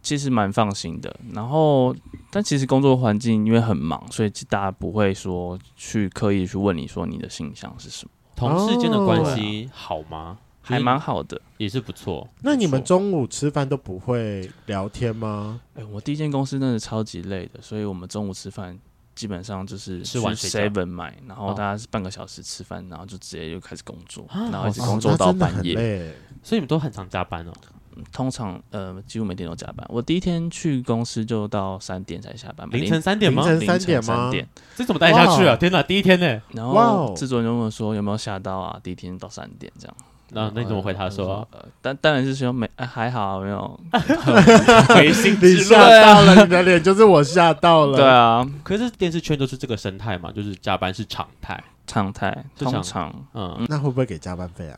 Speaker 4: 其实蛮放心的。然后，但其实工作环境因为很忙，所以其实大家不会说去刻意去问你说你的性向是什么，
Speaker 3: 同事间
Speaker 2: 哦
Speaker 3: 的关系好吗？
Speaker 4: 还蛮，好的。
Speaker 3: 也是不错。
Speaker 2: 那你们中午吃饭都不会聊天吗？
Speaker 4: 哎、我第一间公司真的超级累的，所以我们中午吃饭基本上就是
Speaker 3: 吃完睡觉
Speaker 4: seven 买，然后
Speaker 3: 哦
Speaker 4: 大家是半个小时吃饭，然后就直接就开始工作，
Speaker 3: 啊
Speaker 4: 然后一直
Speaker 3: 好
Speaker 4: 工作
Speaker 2: 哦那
Speaker 4: 到
Speaker 2: 真的
Speaker 4: 半
Speaker 2: 很
Speaker 4: 夜。
Speaker 2: 累。
Speaker 3: 所以你们都很常加班哦。
Speaker 2: 啊
Speaker 4: 通常呃几乎每天都加班。我第一天去公司就到三点才下班嘛，
Speaker 3: 凌晨三点吗
Speaker 2: 凌？晨
Speaker 4: 凌
Speaker 2: 三
Speaker 4: 晨
Speaker 2: 点吗
Speaker 4: 三点。
Speaker 3: 这怎么待下去啊？天哪，第一天呢？
Speaker 4: 然
Speaker 2: 哇哦
Speaker 4: 后制作人就问我说有没有吓到啊？第一天到三点这样。
Speaker 2: 啊
Speaker 3: 那那你怎么回他说？
Speaker 4: 呃，但当然是说没、哎还好没有。
Speaker 3: 回心
Speaker 2: 你
Speaker 3: 之
Speaker 2: 吓
Speaker 3: 论。
Speaker 2: 到了，你的脸就是我吓到了。
Speaker 4: 啊对啊，
Speaker 3: 可是电视圈都是这个生态嘛，就是加班是常态。
Speaker 4: 常态
Speaker 3: 是常
Speaker 4: 通常
Speaker 3: 嗯，
Speaker 2: 那会不会给加班费啊？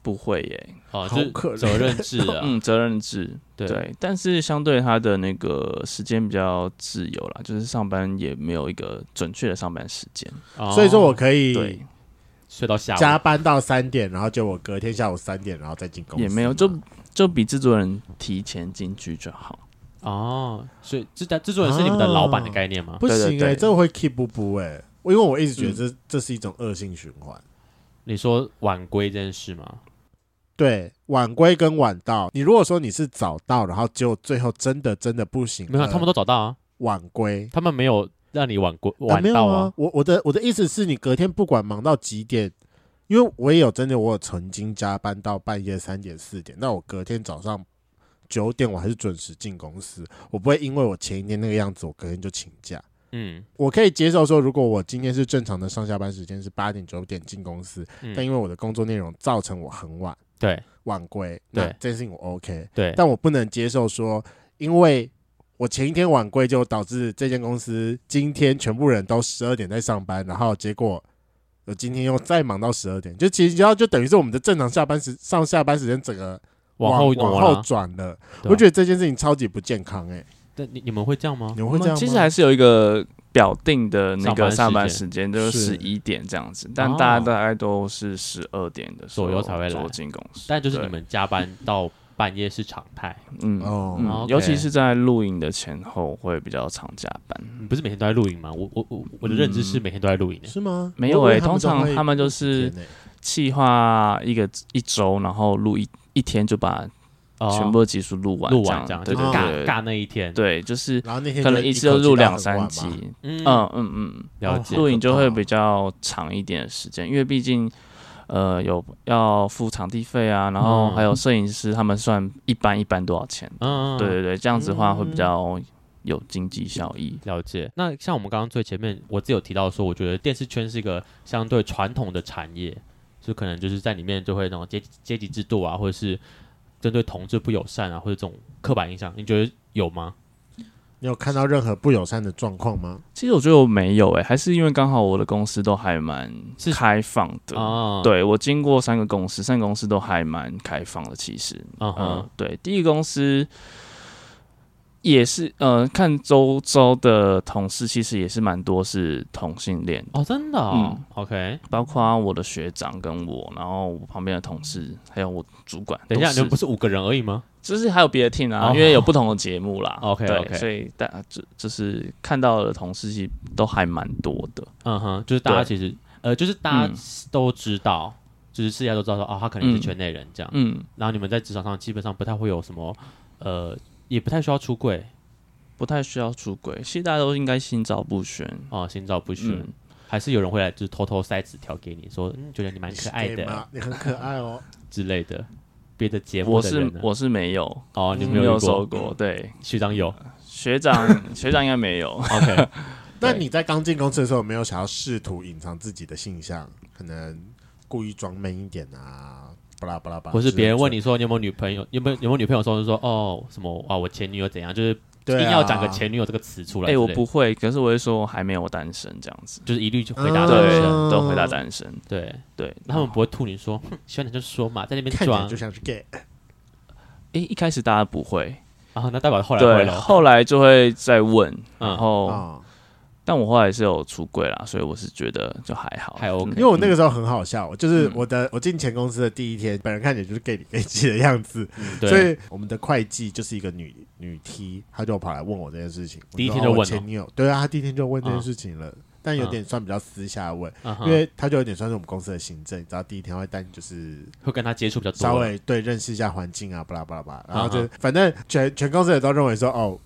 Speaker 4: 不会耶、
Speaker 3: 哦，
Speaker 2: 好
Speaker 3: 就是
Speaker 2: 可怜
Speaker 3: 责任制啊。
Speaker 4: 嗯，责任制，
Speaker 3: 对
Speaker 4: 对，但是相对他的那个时间比较自由啦，就是上班也没有一个准确的上班时间，
Speaker 3: 哦
Speaker 2: 所以说我可以
Speaker 4: 对，
Speaker 3: 睡到下午
Speaker 2: 加班到三点，然后就我隔天下午三点，然后再进公司吗。
Speaker 4: 也没有，就就比制作人提前进去就好。
Speaker 3: 哦，所以制作制作人是你们的老板的概念吗？
Speaker 2: 不行
Speaker 4: 对
Speaker 2: 哎、
Speaker 4: 对
Speaker 2: 这会 keep 不不哎、我因为我一直觉得
Speaker 3: 嗯
Speaker 2: 这、这是一种恶性循环。
Speaker 3: 你说晚归这件事吗？
Speaker 2: 对，晚归跟晚到，你如果说你是早到，然后结果最后真的真的不行了，
Speaker 3: 没有，他们都找到啊，
Speaker 2: 晚归。
Speaker 3: 他们没有让你晚归
Speaker 2: 啊
Speaker 3: 晚
Speaker 2: 没有
Speaker 3: 到
Speaker 2: 啊，。我我的我的意思是你隔天不管忙到几点，因为我也有真的我有曾经加班到半夜三点四点，那我隔天早上九点我还是准时进公司，我不会因为我前一天那个样子，我隔天就请假。
Speaker 3: 嗯，
Speaker 2: 我可以接受说，如果我今天是正常的上下班时间是八点九点进公司，
Speaker 3: 嗯
Speaker 2: 但因为我的工作内容造成我很晚
Speaker 3: 对
Speaker 2: 晚归，那
Speaker 3: 对
Speaker 2: 这件事情我 OK，
Speaker 3: 对，
Speaker 2: 但我不能接受说，因为我前一天晚归就导致这间公司今天全部人都十二点在上班，然后结果我今天又再忙到十二点，就其实要就等于是我们的正常下班时上下班时间整个
Speaker 3: 往后
Speaker 2: 往
Speaker 3: 挪
Speaker 2: 后
Speaker 3: 了。
Speaker 2: 转了，
Speaker 3: 对啊
Speaker 2: 我觉得这件事情超级不健康哎、
Speaker 3: 但你你们会这样吗？
Speaker 2: 你们
Speaker 4: 我
Speaker 2: 会这样
Speaker 4: 们
Speaker 2: 吗？
Speaker 4: 其实还是有一个表定的那个
Speaker 3: 上
Speaker 4: 上
Speaker 3: 班
Speaker 4: 班
Speaker 3: 时
Speaker 4: 时间，就是
Speaker 2: 是
Speaker 4: 十一点这样子，但大家大概都是十二点的时候
Speaker 3: 左右才会来
Speaker 4: 左右进公司。
Speaker 3: 但就是
Speaker 4: 对
Speaker 3: 你们加班到半夜是常态，
Speaker 4: 嗯
Speaker 2: 哦
Speaker 4: 嗯
Speaker 3: OK
Speaker 4: 尤其是在录影的前后会比较常加班。
Speaker 3: 你不是每天都在露营吗？我我我我的
Speaker 4: 嗯
Speaker 3: 认知是每天都在露营的。
Speaker 2: 是吗？
Speaker 4: 没有
Speaker 2: 我以为
Speaker 4: 欸
Speaker 2: 他们
Speaker 4: 通常
Speaker 2: 都会
Speaker 4: 他们就是
Speaker 2: 天欸
Speaker 4: 企划一个一周，然后录一一天就把
Speaker 3: 哦
Speaker 4: 全部的集数录完，
Speaker 3: 录完这样，
Speaker 4: 对
Speaker 3: 就是
Speaker 4: 对
Speaker 3: 尬
Speaker 4: 对
Speaker 3: 尬那一天。，
Speaker 4: 对，就是
Speaker 2: 然后那天
Speaker 4: 可能一
Speaker 2: 一
Speaker 4: 次就录两三
Speaker 2: 集
Speaker 4: 集
Speaker 2: 到很晚嘛，，
Speaker 3: 嗯
Speaker 4: 嗯嗯嗯，
Speaker 3: 了解。
Speaker 4: 录影就会比较长一点的时间，因为毕竟呃有要付场地费啊，然后
Speaker 3: 嗯
Speaker 4: 还有摄影师他们算一般一般多少钱，
Speaker 3: 嗯，嗯嗯嗯
Speaker 4: 对对对，这样子的话会比较有经济效益。
Speaker 3: 了解。那像我们刚刚最前面，我自己有提到说，我觉得电视圈是一个相对传统的产业，就可能就是在里面就会那种阶级阶级制度啊，或者是针对同志不友善啊，或者这种刻板印象，你觉得有吗？
Speaker 2: 你有看到任何不友善的状况吗？
Speaker 4: 其实我觉得我没有诶、欸还是因为刚好我的公司都还蛮
Speaker 3: 是
Speaker 4: 开放的。
Speaker 3: 啊，，
Speaker 4: 对我经过三个公司，三个公司都还蛮开放的，其实。
Speaker 3: 嗯
Speaker 4: 嗯
Speaker 3: 哼，，
Speaker 4: 对，第一个公司也是，呃，看周周的同事，其实也是蛮多是同性恋，
Speaker 3: 哦，真的
Speaker 4: 嗯
Speaker 3: 哦，OK。
Speaker 4: 包括我的学长跟我，然后我旁边的同事，还有我主管。
Speaker 3: 等一下，
Speaker 4: 都
Speaker 3: 你
Speaker 4: 是
Speaker 3: 们不是五个人而已吗？
Speaker 4: 就是还有别的 team 啊，
Speaker 3: 哦
Speaker 4: 因为有不同的节 目啦。
Speaker 3: OK，
Speaker 4: 对
Speaker 3: OK
Speaker 4: 所以大就就是看到的同事其实都还蛮多的。
Speaker 3: 嗯哼，就是大家
Speaker 4: 对
Speaker 3: 其实呃，就是大家
Speaker 4: 嗯
Speaker 3: 都知道，就是世界都知道说，哦，他可能是
Speaker 4: 嗯
Speaker 3: 圈内人这样。
Speaker 4: 嗯，
Speaker 3: 然后你们在职场上基本上不太会有什么，呃，也不太需要出柜
Speaker 4: 不太需要出轨，其实大家都应该心照不宣。
Speaker 3: 啊、心照不宣。
Speaker 4: 嗯，
Speaker 3: 还是有人会来，就是偷偷塞纸条给你，说嗯，觉得你蛮可爱
Speaker 2: 你是 gay
Speaker 3: 的
Speaker 2: 吗，你很可爱哦。
Speaker 3: 之类的。别的节目
Speaker 4: 我
Speaker 3: 的
Speaker 4: 是
Speaker 3: 人呢？
Speaker 4: 我是没有，
Speaker 3: 哦，你
Speaker 2: 嗯
Speaker 3: 没
Speaker 4: 没
Speaker 3: 有遇
Speaker 4: 有啊收
Speaker 3: 过，
Speaker 4: 过。对，
Speaker 3: 学长有。
Speaker 4: 学长 学长应该没有。
Speaker 3: OK，
Speaker 2: 那你在刚进公司的时候，有没有想要试图隐藏自己的性向？可能故意装闷一点啊，巴拉巴拉巴拉。
Speaker 3: 或是别人问你，说你有没有女朋友，有没有有没有女朋友的时候，就说哦什么啊，我前女友怎样，就是
Speaker 2: 对啊
Speaker 3: 一定要讲个前女友这个词出来
Speaker 4: 哎、
Speaker 3: 之类的。
Speaker 4: 我不会，可是我会说我还没有单身这样子。
Speaker 3: 就是一律就回答
Speaker 2: 嗯
Speaker 3: 单
Speaker 4: 对
Speaker 3: 身。，
Speaker 4: 都回答单身。
Speaker 3: 对，
Speaker 4: 对，
Speaker 3: 那啊他们不会吐你说，哼喜欢你就说嘛，在那边
Speaker 2: 看起来
Speaker 3: 装
Speaker 2: 就。像是 gay，
Speaker 4: 哎、一开始大家不会，
Speaker 3: 然后那代表后来会
Speaker 4: 对，
Speaker 3: 了。
Speaker 4: 后来就会再问，然
Speaker 3: 嗯，
Speaker 4: 后、
Speaker 2: 哦。
Speaker 4: 但我后来是有出柜啦，所以我是觉得就还好，
Speaker 3: 还 OK
Speaker 2: 因为我那个时候很好笑，就是我
Speaker 3: 嗯
Speaker 2: 的我进前公司的第一天，本人看起来就是 gay 里 gay 气的样子，所
Speaker 3: 对，
Speaker 2: 以我们的会计就是一个女女 T，她就跑来问我这件事情。
Speaker 3: 第一
Speaker 2: 我
Speaker 3: 天
Speaker 2: 说哦我
Speaker 3: 就问哦啊
Speaker 2: 前女友，对啊，她第一天就问这件
Speaker 3: 嗯
Speaker 2: 事情了，但有点算比较私下问，
Speaker 3: 嗯哼
Speaker 2: 因为她就有点算是我们公司的行政，你知道第一天会带你就是
Speaker 3: 会跟他接触比较多。
Speaker 2: 稍微对认识一下环境啊，巴拉巴拉巴拉，然后就、反正全全公司也都认为说哦。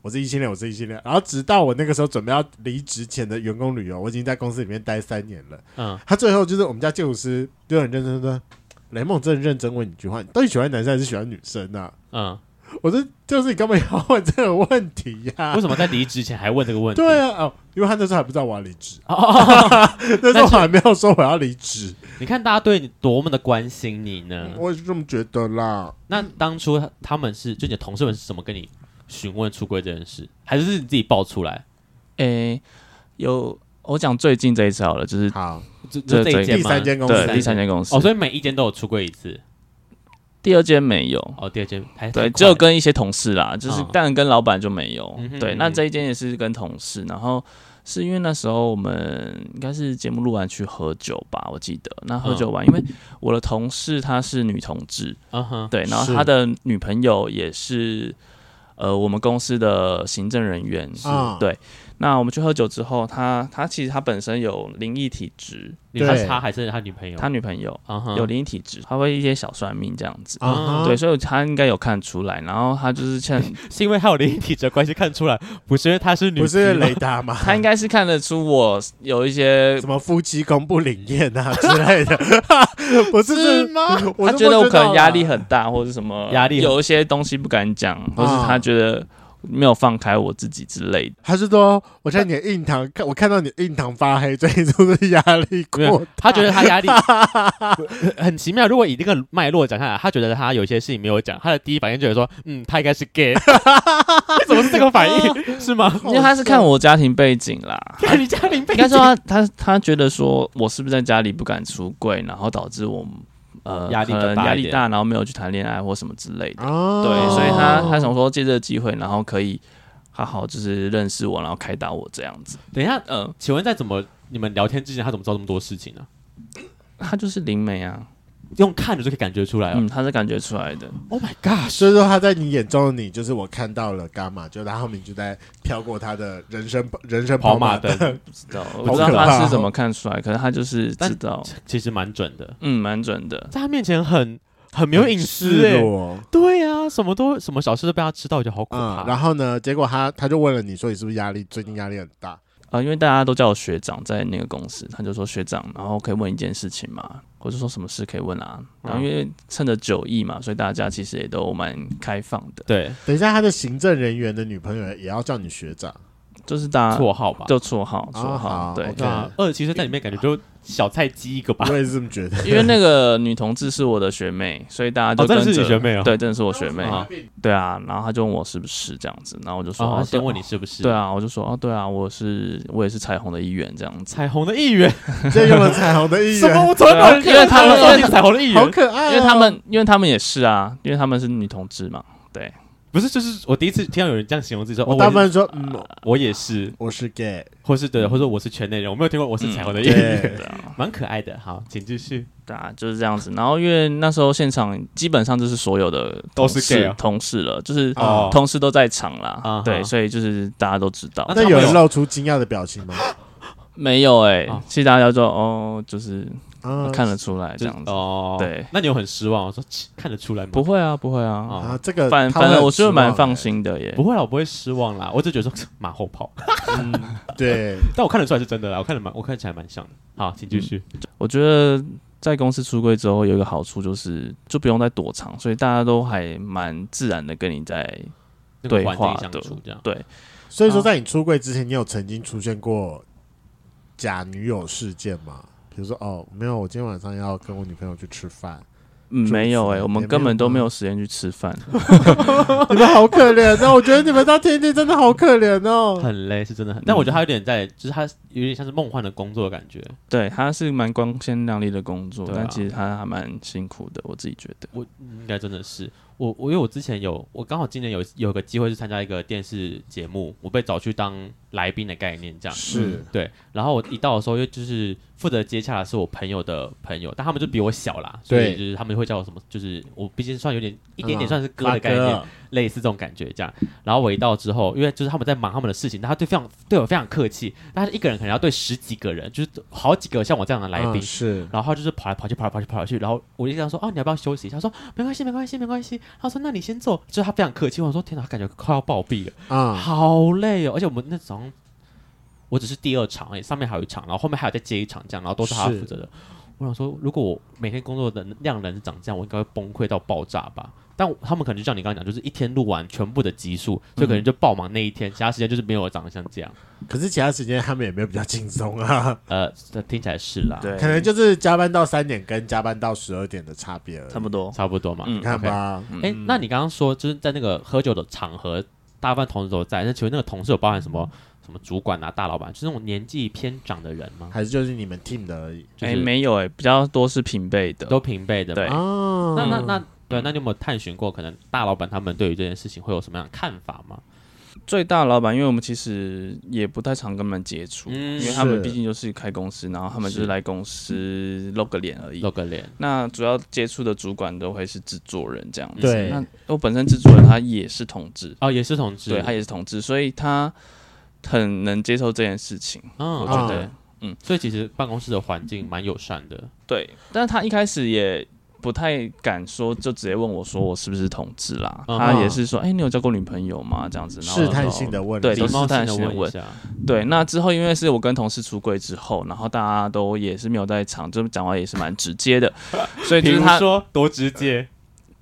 Speaker 2: 我是异性恋，我是异性恋。然后直到我那个时候准备要离职前的员工旅游，我已经在公司里面待三年了。
Speaker 3: 嗯，
Speaker 2: 他最后就是我们家建筑师就很认真地说：“雷梦真的认真问你一句话，你到底喜欢男生还是喜欢女生啊？”
Speaker 3: 嗯，
Speaker 2: 我说：“就是你根本要问这个问题呀、
Speaker 3: 为什么在离职前还问这个问题？
Speaker 2: 对啊，哦，因为他那时候还不知道我要离职，
Speaker 3: 哦，
Speaker 2: 那时候还没有说我要离职，
Speaker 3: 你看大家对你多么的关心你呢？
Speaker 2: 我也是这么觉得啦。
Speaker 3: 那当初他他们是，就你的同事们是怎么跟你询问出柜这件事，还是是你自己爆出来？
Speaker 4: 哎、有我讲最近这一次好了，就是
Speaker 2: 好，
Speaker 3: 就就
Speaker 4: 这
Speaker 3: 这一
Speaker 4: 这
Speaker 3: 间
Speaker 2: 第
Speaker 3: 吗？
Speaker 2: 三间公司，
Speaker 4: 对第三间公司，
Speaker 3: 哦，所以每一间都有出柜一次。
Speaker 4: 第二间没有。
Speaker 3: 哦，第二间还
Speaker 4: 对，
Speaker 3: 还
Speaker 4: 只有跟一些同事啦，就是
Speaker 3: 嗯
Speaker 4: 当然跟老板就没有
Speaker 3: 嗯哼。
Speaker 4: 对，
Speaker 3: 嗯
Speaker 4: 那
Speaker 3: 哼
Speaker 4: 这一间也是跟同事，然后是因为那时候我们应该是节目录完去喝酒吧，我记得。那喝酒
Speaker 3: 嗯
Speaker 4: 完，因为我的同事她是女同志，
Speaker 3: 嗯哼
Speaker 4: 对，然后
Speaker 2: 是
Speaker 4: 他的女朋友也是呃我们公司的行政人员。
Speaker 2: 啊
Speaker 4: 对那我们去喝酒之后，他他其实他本身有灵异体质，
Speaker 3: 你他
Speaker 2: 对
Speaker 3: 他还是他女朋友？
Speaker 4: 他女朋友
Speaker 3: 啊哈
Speaker 4: 有灵异体质，他会一些小算命这样子。
Speaker 2: 啊哈，
Speaker 4: 嗯对，所以他应该有看出来，然后他就 是欠，
Speaker 3: 是因为他有灵异体质的关系看出来，不是因为他是女
Speaker 2: 不是
Speaker 3: 皮吗
Speaker 2: 雷达吗？
Speaker 4: 他应该是看得出我有一些
Speaker 2: 什么夫妻公不灵验啊 之类的，不是这
Speaker 3: 吗？
Speaker 2: 我
Speaker 4: 他
Speaker 2: 是
Speaker 4: 觉得
Speaker 2: 不
Speaker 4: 我
Speaker 2: 知
Speaker 4: 可
Speaker 2: 道
Speaker 4: 能压
Speaker 2: 啦
Speaker 4: 力很大，或者什么
Speaker 3: 压力很
Speaker 4: 有一些东西不敢讲，
Speaker 2: 啊
Speaker 4: 或是他觉得没有放开我自己之类的。
Speaker 2: 他是说，我看你的印堂，看我看到你的印堂发黑，这一种是压力
Speaker 3: 没有
Speaker 2: 过。，
Speaker 3: 他觉得他压力 很奇妙。如果以这个脉络讲下来，他觉得他有一些事情没有讲，他的第一反应就是说，嗯，他应该是 gay。怎么是这个反应？ 是吗？
Speaker 2: 哦
Speaker 4: 因为他是看我家庭背景啦，
Speaker 3: 你家里被
Speaker 4: 应该说他他他觉得说我是不是在家里不敢出柜，然后导致我呃
Speaker 3: 压力
Speaker 4: 可
Speaker 3: 更
Speaker 4: 能
Speaker 3: 大一
Speaker 4: 压力
Speaker 3: 点
Speaker 4: 大，然后没有去谈恋爱或什么之类的。
Speaker 2: 哦，
Speaker 4: 对，所以他他想说借这个机会，然后可以好好就是认识我，然后开导我这样子。
Speaker 3: 等一下，
Speaker 4: 嗯，
Speaker 3: 请问在怎么你们聊天之前，他怎么知道这么多事情呢、
Speaker 4: 他就是灵媒啊，
Speaker 3: 用看着就可以感觉出来哦了。
Speaker 4: 嗯，他是感觉出来的。
Speaker 3: Oh my god！
Speaker 2: 所以说他在你眼中的你，就是我看到了伽马，就他后面就在飘过他的人生人生
Speaker 3: 跑
Speaker 2: 马
Speaker 3: 马灯
Speaker 4: 知道，我
Speaker 2: 好
Speaker 4: 不知道
Speaker 2: 可怕
Speaker 4: 他
Speaker 2: 哦
Speaker 4: 是怎么看出来，可能他就是
Speaker 3: 但
Speaker 4: 知道，
Speaker 3: 其实蛮准的，
Speaker 4: 嗯，蛮准的。
Speaker 3: 在他面前很很没有隐私
Speaker 2: 很
Speaker 3: 哎、
Speaker 2: 赤
Speaker 4: 哦
Speaker 2: 裸
Speaker 3: 对啊，什么都什么小事都被他知道，就好可
Speaker 2: 欸嗯
Speaker 3: 怕。，
Speaker 2: 然后呢？结果他他就问了你说你是不是压力最近压力很大？
Speaker 4: 啊，因为大家都叫我学长，在那个公司，他就说学长，然后可以问一件事情嘛，我就说什么事可以问啊。
Speaker 3: 嗯
Speaker 4: 然后因为趁着酒意嘛，所以大家其实也都蛮开放的，
Speaker 3: 对，
Speaker 2: 等一下，他的行政人员的女朋友也要叫你学长，
Speaker 4: 就是大家
Speaker 3: 绰号吧。
Speaker 4: 啊就绰号，绰
Speaker 2: 啊好
Speaker 4: 号对
Speaker 2: OK
Speaker 3: 对啊，二十七岁在里面感觉就小菜鸡一个吧
Speaker 4: 啊
Speaker 2: 我。也是这么觉得。
Speaker 4: 因为那个女同志是我的学妹，所以大家就
Speaker 3: 哦真
Speaker 4: 跟
Speaker 3: 的是
Speaker 4: 着
Speaker 3: 你学妹哦
Speaker 4: 对，真的是我学妹
Speaker 3: 啊，
Speaker 4: 对啊。然后他就问我是不是这样子，然后我就说，
Speaker 3: 哦，
Speaker 4: 哦
Speaker 3: 他先问你
Speaker 4: 对
Speaker 3: 是不是？
Speaker 4: 对，啊，我就说哦，对啊，我是我也是彩虹的一员这样子。
Speaker 3: 彩虹的一员，
Speaker 2: 这用了彩虹的意
Speaker 3: 什么？
Speaker 2: 愿，
Speaker 3: 我从来没有
Speaker 4: 对啊因为他们
Speaker 3: 收进彩虹的一
Speaker 2: 好
Speaker 3: 员，
Speaker 2: 可爱哦。
Speaker 4: 因为他们，因为他们也是啊，因为他们是女同志嘛。
Speaker 3: 不是，就是我第一次听到有人这样形容自己说，哦
Speaker 2: 我大部
Speaker 3: 也
Speaker 2: 分说，嗯，
Speaker 3: 我也是，
Speaker 2: 我是 gay，
Speaker 3: 或是对，或者我是圈内人，我没有听过我是彩虹的一员，
Speaker 2: 对，
Speaker 4: 对啊，
Speaker 3: 蛮可爱的。好，请继续。
Speaker 4: 对啊，就是这样子。然后因为那时候现场基本上就是所有的
Speaker 3: 都
Speaker 4: 同
Speaker 3: 是
Speaker 4: 事
Speaker 3: gay 啊
Speaker 4: 同事了，就是
Speaker 3: 哦
Speaker 4: 同事都在场啦。
Speaker 3: 啊哈
Speaker 4: 对，所以就是大家都知道。
Speaker 3: 那
Speaker 2: 那
Speaker 3: 他
Speaker 2: 有
Speaker 3: 们
Speaker 2: 人
Speaker 3: 有
Speaker 2: 露出惊讶的表情吗？
Speaker 4: 没有哎、
Speaker 3: 啊
Speaker 4: 其实大家就哦，就是
Speaker 2: 啊，
Speaker 4: 看得出来这样子。
Speaker 3: 呃哦，
Speaker 4: 对
Speaker 3: 那你有很失望？我说切看得出来吗？
Speaker 4: 不会啊，不会啊，
Speaker 3: 哦
Speaker 2: 啊，这个
Speaker 4: 反
Speaker 2: 他会
Speaker 4: 反正我
Speaker 2: 很失
Speaker 4: 是
Speaker 2: 望欸
Speaker 4: 蛮放心的耶
Speaker 3: 不。会啦，我不会失望啦。我只觉得说马后炮，
Speaker 2: 欸。对，
Speaker 3: 但我看得出来是真的啦。我看得蛮，我看起来蛮像的。好，请继续。
Speaker 4: 我觉得在公司出柜之后有一个好处就是，就不用再躲藏，所以大家都还蛮自然的跟你在
Speaker 3: 那个
Speaker 4: 对
Speaker 3: 环
Speaker 4: 话
Speaker 3: 境相
Speaker 4: 的
Speaker 3: 处这样，
Speaker 4: 对，
Speaker 2: 所以说在你出柜之前，你有曾经出现过假女友事件吗？比如说，哦，没有，我今天晚上要跟我女朋友去吃饭，
Speaker 4: 嗯，没有
Speaker 2: 住
Speaker 4: 哎、
Speaker 2: 宿
Speaker 4: 我们
Speaker 2: 也
Speaker 4: 根
Speaker 2: 没有
Speaker 4: 本都
Speaker 3: 嗯
Speaker 2: 吗
Speaker 4: 没有时间去吃饭。
Speaker 2: 你们好可怜哦！我觉得你们到天天真的好可怜哦。
Speaker 3: 很累是真的很，但我觉得他有点在，就是他有点像是梦幻的工作的感觉。
Speaker 4: 对，他是蛮光鲜亮丽的工作，
Speaker 3: 对啊
Speaker 4: 但其实他还蛮辛苦的，我自己觉得。
Speaker 3: 我应该真的是我，我因为我之前有，我刚好今年有有个机会是参加一个电视节目，我被找去当来宾的概念这样。
Speaker 2: 是
Speaker 3: 对，然后我一到的时候，因为就是负责接洽的是我朋友的朋友，但他们就比我小啦，所
Speaker 2: 对
Speaker 3: 以就是他们会叫我什么，就是我毕竟算有点一点点
Speaker 2: 嗯
Speaker 3: 算是哥的概念，类似这种感觉这样。然后我一到之后，因为就是他们在忙他们的事情，但他对非常对我非常客气，但他一个人可能要对十几个人，就是好几个像我这样的来宾
Speaker 2: 嗯，是
Speaker 3: 然后他就是跑来跑去，跑来跑去，跑来跑去。然后我就跟他说：“哦，你要不要休息一下？”他说：“没关系，没关系，没关系。”他说：“那你先坐。”就是他非常客气。我想说：“天哪，他感觉快要暴毙了，
Speaker 4: 嗯
Speaker 2: 啊，
Speaker 3: 好累哦！”而且我们那早上，我只是第二场而已，上面还有一场，然后后面还有再接一场，这样，然后都是他
Speaker 2: 是
Speaker 3: 负责的。我想说，如果我每天工作的量能是长这样，我应该会崩溃到爆炸吧？但我他们可能就像你刚刚讲，就是一天录完全部的集数，所以
Speaker 4: 嗯
Speaker 3: 可能就爆忙那一天，其他时间就是没有长得像这样。
Speaker 2: 可是其他时间他们也没有比较轻松啊，
Speaker 3: 呃，这听起来是啦，
Speaker 4: 对
Speaker 2: 可能就是加班到三点跟加班到十二点的差别而已
Speaker 4: 差。不多。
Speaker 3: 差不多嘛。
Speaker 4: 嗯
Speaker 2: 你看
Speaker 3: OK
Speaker 2: 吧，
Speaker 3: 哎、那你刚刚说就是在那个喝酒的场合，大部分同事都在。那请问那个同事有包含什么
Speaker 4: 嗯
Speaker 3: 什么主管啊、大老板，就是那种年纪偏长的人吗？
Speaker 2: 还是就是你们 team 的而已
Speaker 3: 就
Speaker 4: 哎、
Speaker 3: 是
Speaker 4: 没有哎、比较多是平辈的。
Speaker 3: 都平辈的
Speaker 4: 对嗯
Speaker 3: 吗？
Speaker 2: 哦。
Speaker 3: 那那那对，那你有没有探寻过可能大老板他们对于这件事情会有什么样的看法吗？
Speaker 4: 最大的老板，因为我们其实也不太常跟他们接触，
Speaker 3: 嗯
Speaker 4: 因为他们
Speaker 2: 是
Speaker 4: 毕竟就是开公司，然后他们就是
Speaker 3: 是
Speaker 4: 来公司露个脸而已
Speaker 3: 露。个脸，
Speaker 4: 那主要接触的主管都会是制作人这样子。
Speaker 2: 对
Speaker 4: 那我本身制作人他也是同志，
Speaker 3: 哦，也是同志，
Speaker 4: 对他也是同志，所以他很能接受这件事情。
Speaker 3: 嗯，
Speaker 4: 我
Speaker 2: 啊
Speaker 4: 觉
Speaker 3: 觉
Speaker 4: 得、
Speaker 3: 得，所以其实办公室的环境蛮友善的，
Speaker 4: 对，但是他一开始也不太敢说，就直接问我说我是不是同志啦。
Speaker 3: 嗯
Speaker 4: 他也是说，哎、你有交过女朋友吗？这样子，然后
Speaker 2: 试探性的问题，
Speaker 4: 对
Speaker 3: 礼
Speaker 4: 都是
Speaker 3: 貌性
Speaker 4: 试探
Speaker 3: 的
Speaker 4: 性地
Speaker 3: 问一
Speaker 4: 问
Speaker 3: 下，
Speaker 4: 对，那之后因为是我跟同事出柜之后，然后大家都也是没有在场，就是讲话也是蛮直 接的，所以
Speaker 3: 比
Speaker 4: 就是
Speaker 3: 如
Speaker 4: 他
Speaker 3: 说多直接，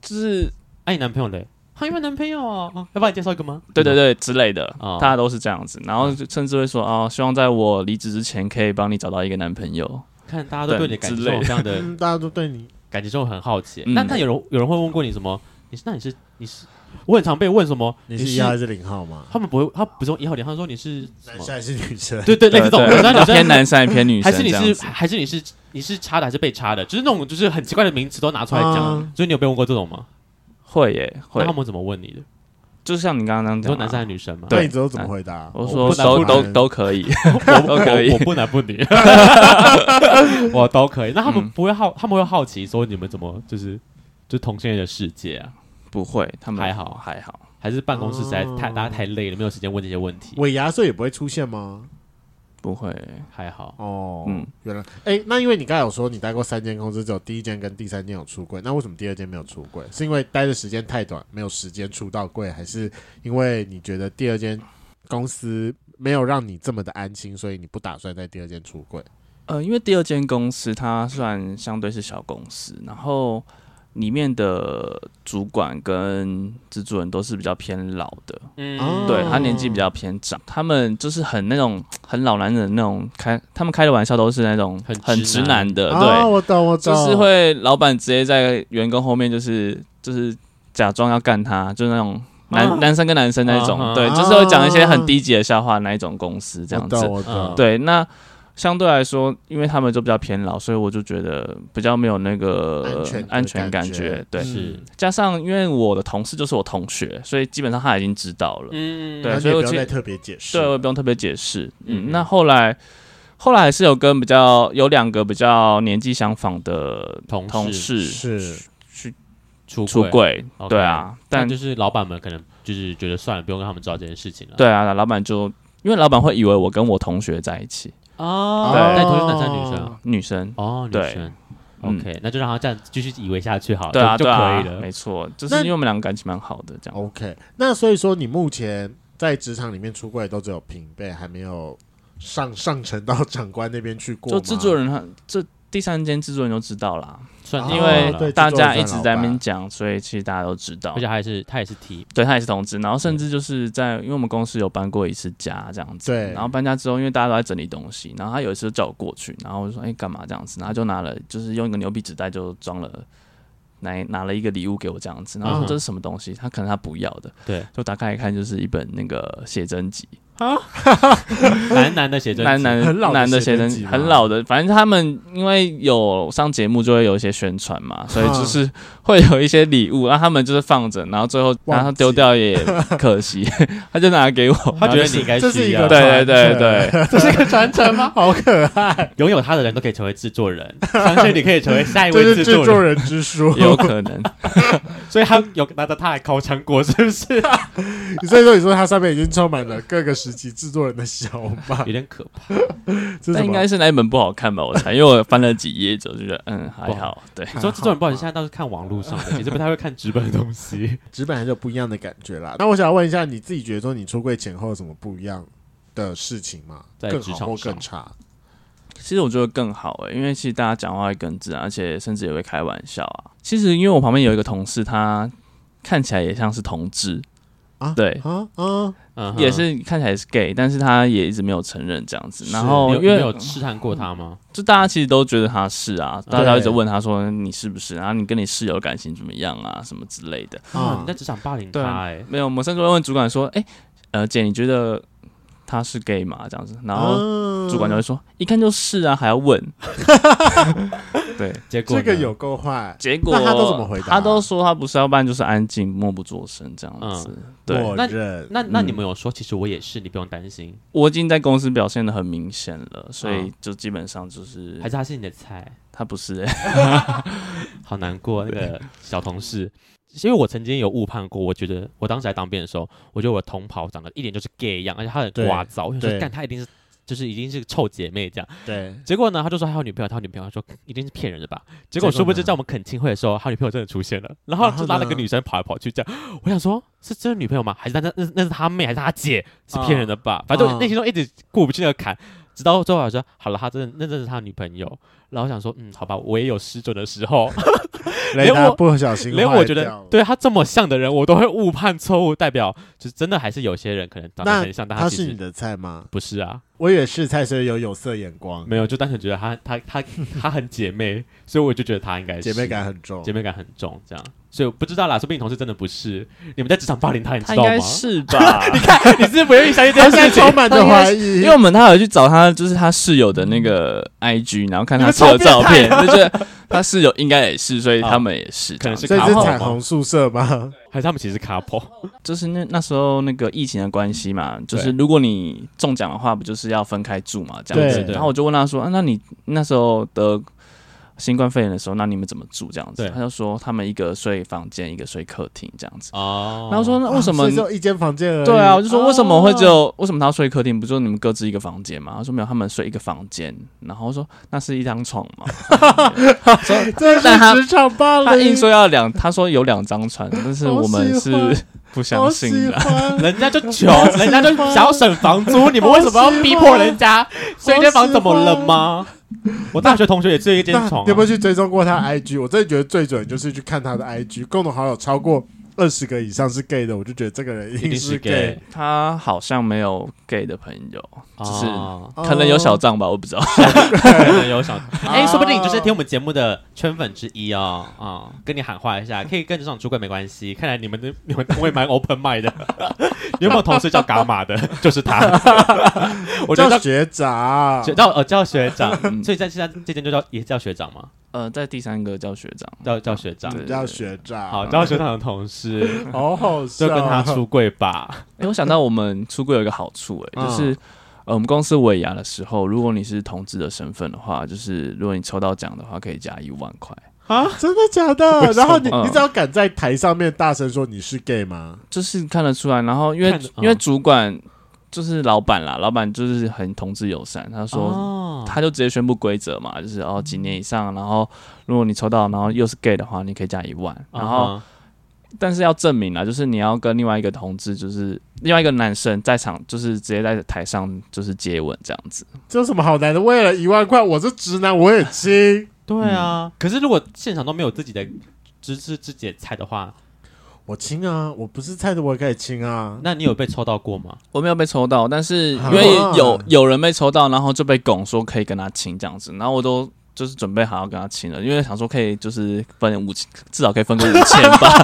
Speaker 4: 就是
Speaker 3: 哎，你男朋友嘞？还有没有男朋友啊？啊要不然你介绍一个吗？
Speaker 4: 对对对之类的，
Speaker 3: 哦
Speaker 4: 大家都是这样子，然后就甚至会说哦，希望在我离职之前可以帮你找到一个男朋友。
Speaker 3: 看大家都对你的感
Speaker 4: 之
Speaker 3: 情
Speaker 4: 类
Speaker 3: 这样的
Speaker 2: 嗯，大家都对你
Speaker 3: 感觉就很好奇。
Speaker 4: 嗯
Speaker 3: 那那有人有人会问过你什么？你是那你是你是？我很常被问什么？
Speaker 2: 你
Speaker 3: 是
Speaker 2: 是一号还是零号吗？
Speaker 3: 他们不会，他不是用一号点，他说你是什
Speaker 2: 男
Speaker 3: 么
Speaker 2: 生？还是女生？
Speaker 3: 对对，类似这种，
Speaker 4: 对
Speaker 3: 有时候
Speaker 4: 对
Speaker 3: 女生
Speaker 4: 偏男生还是偏女
Speaker 3: 还
Speaker 4: 生
Speaker 3: 是你
Speaker 4: 这样
Speaker 3: 是
Speaker 4: 子？
Speaker 3: 还是你是你是插的还是被插的？就是那种就是很奇怪的名词都拿出来讲
Speaker 2: 啊。
Speaker 3: 所以你有被问过这种吗？
Speaker 4: 会耶
Speaker 3: 那
Speaker 4: 会
Speaker 3: 他，们怎么问你的？
Speaker 4: 就像你刚刚那样
Speaker 3: 你
Speaker 4: 讲
Speaker 3: 说
Speaker 4: 啊，
Speaker 3: 男生还是女生吗？
Speaker 2: 那
Speaker 4: 对
Speaker 2: 你之后怎么回答？
Speaker 4: 哎我说
Speaker 3: 我不能
Speaker 4: 都
Speaker 2: 不
Speaker 4: 都
Speaker 2: 能
Speaker 4: 都可以，
Speaker 3: 我
Speaker 4: 都可以
Speaker 3: 我我不男不 女，我都可以。那他们
Speaker 4: 嗯
Speaker 3: 不会好，他们会好奇说你们怎么就是就同性恋的世界啊？
Speaker 4: 不会，他们
Speaker 3: 还好
Speaker 4: 还好。
Speaker 3: 还是办公室实在太
Speaker 2: 哦
Speaker 3: 大家太累了，没有时间问这些问题？
Speaker 2: 尾牙社也不会出现吗？
Speaker 4: 不会，
Speaker 3: 还好，
Speaker 2: 哦，
Speaker 4: 嗯
Speaker 2: 原来，哎，那因为你刚才有说你待过三间公司，只有第一间跟第三间有出柜，那为什么第二间没有出柜？是因为待的时间太短，没有时间出到柜，还是因为你觉得第二间公司没有让你这么的安心，所以你不打算在第二间出柜？
Speaker 4: 呃，因为第二间公司它算相对是小公司，然后里面的主管跟制作人都是比较偏老的，
Speaker 3: 嗯
Speaker 2: 哦
Speaker 4: 对他年纪比较偏长，他们就是很那种很老男人的那种开，他们开的玩笑都是那种
Speaker 3: 很
Speaker 4: 很
Speaker 3: 直
Speaker 4: 直
Speaker 3: 男
Speaker 4: 男的，呃对，
Speaker 2: 啊，我懂，我懂，
Speaker 4: 就是会老板直接在员工后面就是就是假装要干他，就是那种。
Speaker 2: 哦
Speaker 4: 男、
Speaker 3: 啊
Speaker 4: 男生跟男生那种
Speaker 3: 啊哈
Speaker 4: 对，就是会讲一些很低级的笑话那一种公司这样
Speaker 2: 我
Speaker 4: 子。
Speaker 2: 懂，我懂
Speaker 3: 嗯，
Speaker 4: 对，那相对来说，因为他们就比较偏老，所以我就觉得比较没有那
Speaker 2: 安
Speaker 4: 个
Speaker 2: 全的
Speaker 4: 安全
Speaker 2: 感
Speaker 4: 感
Speaker 2: 觉
Speaker 4: 觉。对，
Speaker 3: 是
Speaker 4: 加上因为我的同事就是我同学，所以基本上他已经知道了。
Speaker 3: 嗯
Speaker 4: 对
Speaker 2: 然后
Speaker 4: 所以
Speaker 2: 你也
Speaker 4: 我
Speaker 2: 不要
Speaker 4: 去
Speaker 2: 再特别解释，
Speaker 4: 对，我也不用特别解释。
Speaker 3: 嗯
Speaker 4: 嗯，那后来后来还是有跟比较有两个比较年纪相仿的
Speaker 3: 同
Speaker 4: 同
Speaker 3: 事
Speaker 4: 事
Speaker 2: 是
Speaker 3: 出
Speaker 4: 出
Speaker 3: 柜，
Speaker 4: 柜，
Speaker 3: OK
Speaker 4: 对啊，
Speaker 3: 但
Speaker 4: 但
Speaker 3: 就是老板们可能就是觉得算了，不用让他们知道这件事情了。
Speaker 4: 对啊，老板就因为老板会以为我跟我同学在一起，
Speaker 3: 哦，
Speaker 4: 对
Speaker 3: 但同是男生女生啊
Speaker 4: 女生。
Speaker 3: 哦，女
Speaker 4: 对
Speaker 3: 生。
Speaker 4: 嗯
Speaker 3: OK，那就让他这样继续以为下去好了，
Speaker 4: 对啊，
Speaker 3: 就
Speaker 4: 对
Speaker 3: 就可
Speaker 4: 啊
Speaker 3: 以，了。
Speaker 4: 没错，就
Speaker 2: 那
Speaker 4: 是因为我们两个感情蛮好的，这样。
Speaker 2: OK，那所以说你目前在职场里面出柜都只有平辈，还没有上上层到长官那边去过吗。
Speaker 4: 就制作人他这第三间制作人就知道啦，
Speaker 3: 算
Speaker 2: 哦
Speaker 3: 是
Speaker 4: 因为
Speaker 3: 了
Speaker 2: 对
Speaker 4: 大
Speaker 2: 制作人
Speaker 4: 家一直
Speaker 2: 算老
Speaker 4: 在那边
Speaker 2: 板
Speaker 4: 讲，所以其实大家都知道
Speaker 3: 而。且他也是他也是 T，
Speaker 4: 对他也是同志，然
Speaker 2: 嗯
Speaker 4: 后甚至就是在因为我们公司有搬过一次家这样子，
Speaker 2: 对
Speaker 4: 然后搬家之后，因为大家都在整理东西，然后他有一次就叫我过去，然后我就说哎干嘛这样子，然后他就拿了就是用一个牛皮纸袋就装了。来拿了一个礼物给我这样子，然后
Speaker 3: 嗯
Speaker 4: 说
Speaker 3: 哼
Speaker 4: 这是什么东西？他可能他不要的，
Speaker 3: 对，
Speaker 4: 就打开一看就是一本那个写真集，
Speaker 3: 男男的写真集，
Speaker 4: 男男
Speaker 2: 很老的
Speaker 4: 男的
Speaker 2: 写
Speaker 4: 写
Speaker 2: 真
Speaker 4: 真
Speaker 2: 集吗
Speaker 4: 很老的，反正他们因为有上节目就会有一些宣传嘛， 所以就是会有一些礼物，然后他们就是放着，然后最后
Speaker 2: 忘记
Speaker 4: 然后丢掉也可惜， 他就拿 给我，
Speaker 3: 他觉
Speaker 4: 然
Speaker 3: 得
Speaker 4: 后
Speaker 3: 你应该
Speaker 2: 这是
Speaker 3: 需
Speaker 2: 一
Speaker 3: 要
Speaker 2: 个
Speaker 4: 对对 对对，
Speaker 2: 这是个传承吗？好可爱，
Speaker 3: 拥有他的人都可以成为制作人，相信你可以成为下一
Speaker 2: 这
Speaker 3: 位
Speaker 2: 是
Speaker 3: 制
Speaker 2: 制
Speaker 3: 作
Speaker 2: 作
Speaker 3: 人。
Speaker 2: 人之 书。
Speaker 4: 有可能，
Speaker 3: 所以他有拿着他的烤肠果，是不 是？
Speaker 2: 所以 说，你说它上面已经充满了各个时期制作人的小马
Speaker 3: 有，点可怕。
Speaker 2: 这是
Speaker 4: 但
Speaker 2: 什
Speaker 4: 应
Speaker 2: 么
Speaker 4: 该？是那一本不好看吧？我猜，因为我翻了几页之后就觉得嗯还
Speaker 3: 不
Speaker 4: 好，对，
Speaker 3: 你说制作人不好意思，现在倒是看网络上的，其实不太会看纸本的东西。
Speaker 2: 纸本还是有不一样的感觉啦。那我想问一下，你自己觉得说你出柜前后有什么不一样的事情吗？
Speaker 3: 在
Speaker 2: 更
Speaker 3: 职
Speaker 2: 好
Speaker 3: 场
Speaker 2: 或
Speaker 3: 上
Speaker 2: 更差？
Speaker 4: 其实我觉得更好诶、因为其实大家讲话会更自然，而且甚至也会开玩笑啊。其实因为我旁边有一个同事，他看起来也像是同志
Speaker 2: 啊
Speaker 4: 对，
Speaker 2: 啊啊！
Speaker 3: 嗯哼，
Speaker 4: 也是看起来是 gay，但是他也一直没有承认这样子。
Speaker 2: 是
Speaker 4: 然
Speaker 3: 你
Speaker 4: 后
Speaker 3: 有，
Speaker 4: 哦因
Speaker 3: 你
Speaker 4: 为
Speaker 3: 有试探过他吗？
Speaker 4: 就大家其实都觉得他是啊，大家一直问他说你是不是，然后你跟你室友感情怎么样啊，什么之类的。
Speaker 2: 啊
Speaker 3: 啊，你在职场霸凌
Speaker 4: 对
Speaker 3: 他，哎，
Speaker 4: 没有，我们甚至会问主管说，哎、呃姐，你觉得他是 gay 嘛这样子，然后
Speaker 2: 哦，
Speaker 4: 主管就会说一看就是啊，还要 问，对，
Speaker 3: 结果
Speaker 2: 这个
Speaker 3: 呢
Speaker 2: 有够坏，
Speaker 4: 结果
Speaker 2: 那他都怎么回答啊
Speaker 4: 他都说他不是，要不然就是安静默不作声这样子。对，
Speaker 2: 默
Speaker 3: 那
Speaker 2: 认
Speaker 3: 那那
Speaker 4: 嗯
Speaker 3: 你们有说，其实我也是，你不用担心，
Speaker 4: 我已经在公司表现的很明显了，所以
Speaker 3: 嗯
Speaker 4: 就基本上就是
Speaker 3: 还是他是你的菜？
Speaker 4: 他不是、欸，
Speaker 3: 好难过，那个 小同事，因为我曾经有误判过，我觉得我当时来当兵的时候，我觉得我的同袍长得一脸就是 gay 一样，而且他很
Speaker 2: 对
Speaker 3: 聒噪，我想
Speaker 2: 对
Speaker 3: 说干他一定是就是一定是个臭姐妹这样。
Speaker 2: 对，
Speaker 3: 结果呢，他就说他有女朋友，他有女朋友，他说一定是骗人的吧。结
Speaker 2: 果
Speaker 3: 果
Speaker 2: 呢
Speaker 3: 殊不知在我们恳亲会的时候，他女朋友真的出现了，然后
Speaker 2: 然后
Speaker 3: 就拉了
Speaker 2: 呢
Speaker 3: 个女生跑来跑去这样。我想说，是真的女朋友吗？还是他那那那是他妹还是他姐？是骗人的吧？反正我
Speaker 2: 嗯
Speaker 3: 内心中一直过不去那个坎。直到最后我说好了，他真的那真的是他女朋友，然后我想说嗯，好吧，我也有失准的时 候，
Speaker 2: 雷
Speaker 3: 连
Speaker 2: 达
Speaker 3: 我
Speaker 2: 不小心
Speaker 3: 连
Speaker 2: 坏
Speaker 3: 我觉
Speaker 2: 掉
Speaker 3: 得
Speaker 2: 了
Speaker 3: 对他这么像的人，我都会误判错误，代表就是真的还是有些人可能长得
Speaker 2: 那
Speaker 3: 很像，但
Speaker 2: 他
Speaker 3: 其
Speaker 2: 是你
Speaker 3: 实
Speaker 2: 的菜吗？
Speaker 3: 不是啊，
Speaker 2: 我也是菜，所以有有色眼光，
Speaker 3: 没有，就单纯觉得他他他他很姐妹，所以我就觉得他应该是
Speaker 2: 姐妹感很重
Speaker 3: 姐。妹感很重，这样，所以我不知道啦，说不定你同事真的不是，你们在职场霸凌他，你
Speaker 4: 他
Speaker 3: 知
Speaker 4: 应
Speaker 3: 道吗
Speaker 4: 该？是 吧？
Speaker 3: 你看，你是不是不愿意相信这
Speaker 2: 他
Speaker 3: 件
Speaker 2: 现在
Speaker 3: 事情
Speaker 2: 充，满
Speaker 4: 他
Speaker 2: 着
Speaker 4: 应该
Speaker 2: 怀疑，
Speaker 4: 因为我们他有去找他，就是他室友的那个 IG，然后看
Speaker 2: 你
Speaker 4: 他
Speaker 2: 们
Speaker 4: 室友
Speaker 2: 超变
Speaker 4: 照片，
Speaker 2: 态
Speaker 4: 就觉得他室友应该也是，所以
Speaker 3: 啊
Speaker 4: 他们也是这
Speaker 3: 可
Speaker 4: 样
Speaker 3: 能
Speaker 4: 子，
Speaker 3: 是
Speaker 2: 所以
Speaker 4: 然
Speaker 2: 是
Speaker 4: 后
Speaker 2: 彩虹宿舍吗？
Speaker 3: 还是他们其实是 couple？
Speaker 4: 就是那那时候那个疫情的关系嘛，就是
Speaker 3: 对
Speaker 4: 如果你中奖的话，不就是要分开住嘛，这样子
Speaker 2: 对。对
Speaker 4: 然后我就问他说：“啊，那你那时候得新冠肺炎的时候，那你们怎么住这样子
Speaker 3: 对？”
Speaker 4: 他就说他们一个睡房间，一个睡客厅这样子。
Speaker 3: 哦
Speaker 4: 然后说那为什 么
Speaker 2: 啊所以哦只有一间房间而已？
Speaker 4: 对啊，我就说为什么会只有、为什么他要睡客厅？不就你们各自一个房间吗？他说没有，他们睡一个房间。然后我说那是一张床嘛，
Speaker 2: 这
Speaker 4: 但他
Speaker 2: 哎是职场霸
Speaker 4: 他硬
Speaker 2: 凌，
Speaker 4: 说要两，他说有两 张床，但是我们是
Speaker 2: 好喜欢
Speaker 4: 不相
Speaker 2: 好
Speaker 4: 信啊
Speaker 2: 喜
Speaker 4: 的。
Speaker 2: 欢。
Speaker 3: 人家就穷，人家就想要省房 租，你们为什么要逼迫人家？所以这房怎么了吗？我大学同学也睡一间
Speaker 2: 那
Speaker 3: 床、
Speaker 2: 你有没有
Speaker 3: 啊，
Speaker 2: 去追踪过他 IG？我真的觉得最准就是去看他的 IG，共同好友超过二十个以上是 gay 的，我就觉得这个人一
Speaker 3: 一定
Speaker 2: 是
Speaker 3: 是
Speaker 2: gay
Speaker 3: gay。
Speaker 4: 他好像没有 gay 的朋友，就是
Speaker 3: 哦
Speaker 2: 哦
Speaker 4: 可能有小账吧，我不知道。
Speaker 3: 可能有
Speaker 4: 哦
Speaker 3: 想，哎、
Speaker 2: 啊
Speaker 3: 说不定你就是听我们节目的圈粉之一哦，啊、跟你喊话一下，可以跟这种主管没关系。看来你们的你们单位蛮 open mind 的，你有没有同事叫伽马的？ 就是他，我觉
Speaker 2: 叫
Speaker 3: 得
Speaker 2: 学长
Speaker 3: 叫学，到呃叫学长，
Speaker 4: 嗯
Speaker 3: 所以在现在这间就叫也叫学长嘛，
Speaker 4: 呃，在第三个叫学长，
Speaker 3: 叫叫学长
Speaker 4: 对。对
Speaker 2: 叫学长，
Speaker 3: 好，叫学长的同 事
Speaker 2: 好好笑，
Speaker 3: 就跟他出柜吧。
Speaker 4: 诶我想到我们出柜有一个好处、诶，
Speaker 2: 嗯
Speaker 4: 就是、呃，我们公司尾牙的时候，如果你是同志的身份的话，就是如果你抽到奖的话，可以加一万块。
Speaker 3: 啊
Speaker 2: 真的假的？
Speaker 3: 为什么
Speaker 2: 然后你
Speaker 4: 嗯
Speaker 2: 你只要敢在台上面大声说你是 gay 吗？
Speaker 4: 就是看得出来。然后因为、
Speaker 3: 看得
Speaker 4: 因为
Speaker 3: 嗯
Speaker 4: 主管就是老板啦，老板就是很同志友善，他说、
Speaker 3: 哦
Speaker 4: 他就直接宣布规则嘛，就是哦几年以上，然后如果你抽到，然后又是 gay 的话，你可以加一万。然后、
Speaker 3: 嗯
Speaker 4: 但是要证明啦，就是你要跟另外一个同志，就是另外一个男生在场，就是直接在台上就是接吻这样子。
Speaker 2: 这有什么好难的？为了一万块，我是直男，我也亲。
Speaker 3: 对
Speaker 4: 嗯
Speaker 3: 啊，可是如果现场都没有自己的知识自己的菜的话，
Speaker 2: 我亲啊，我不是菜的，我也可以亲 啊。
Speaker 3: 那你有被抽到过吗？
Speaker 4: 我没有被抽到，但是
Speaker 2: 啊
Speaker 4: 因为有有人被抽到，然后就被拱说可以跟他亲这样子，然后我都。就是准备好要跟他亲了，因为想说可以就是分五千，至少可以分个五千吧。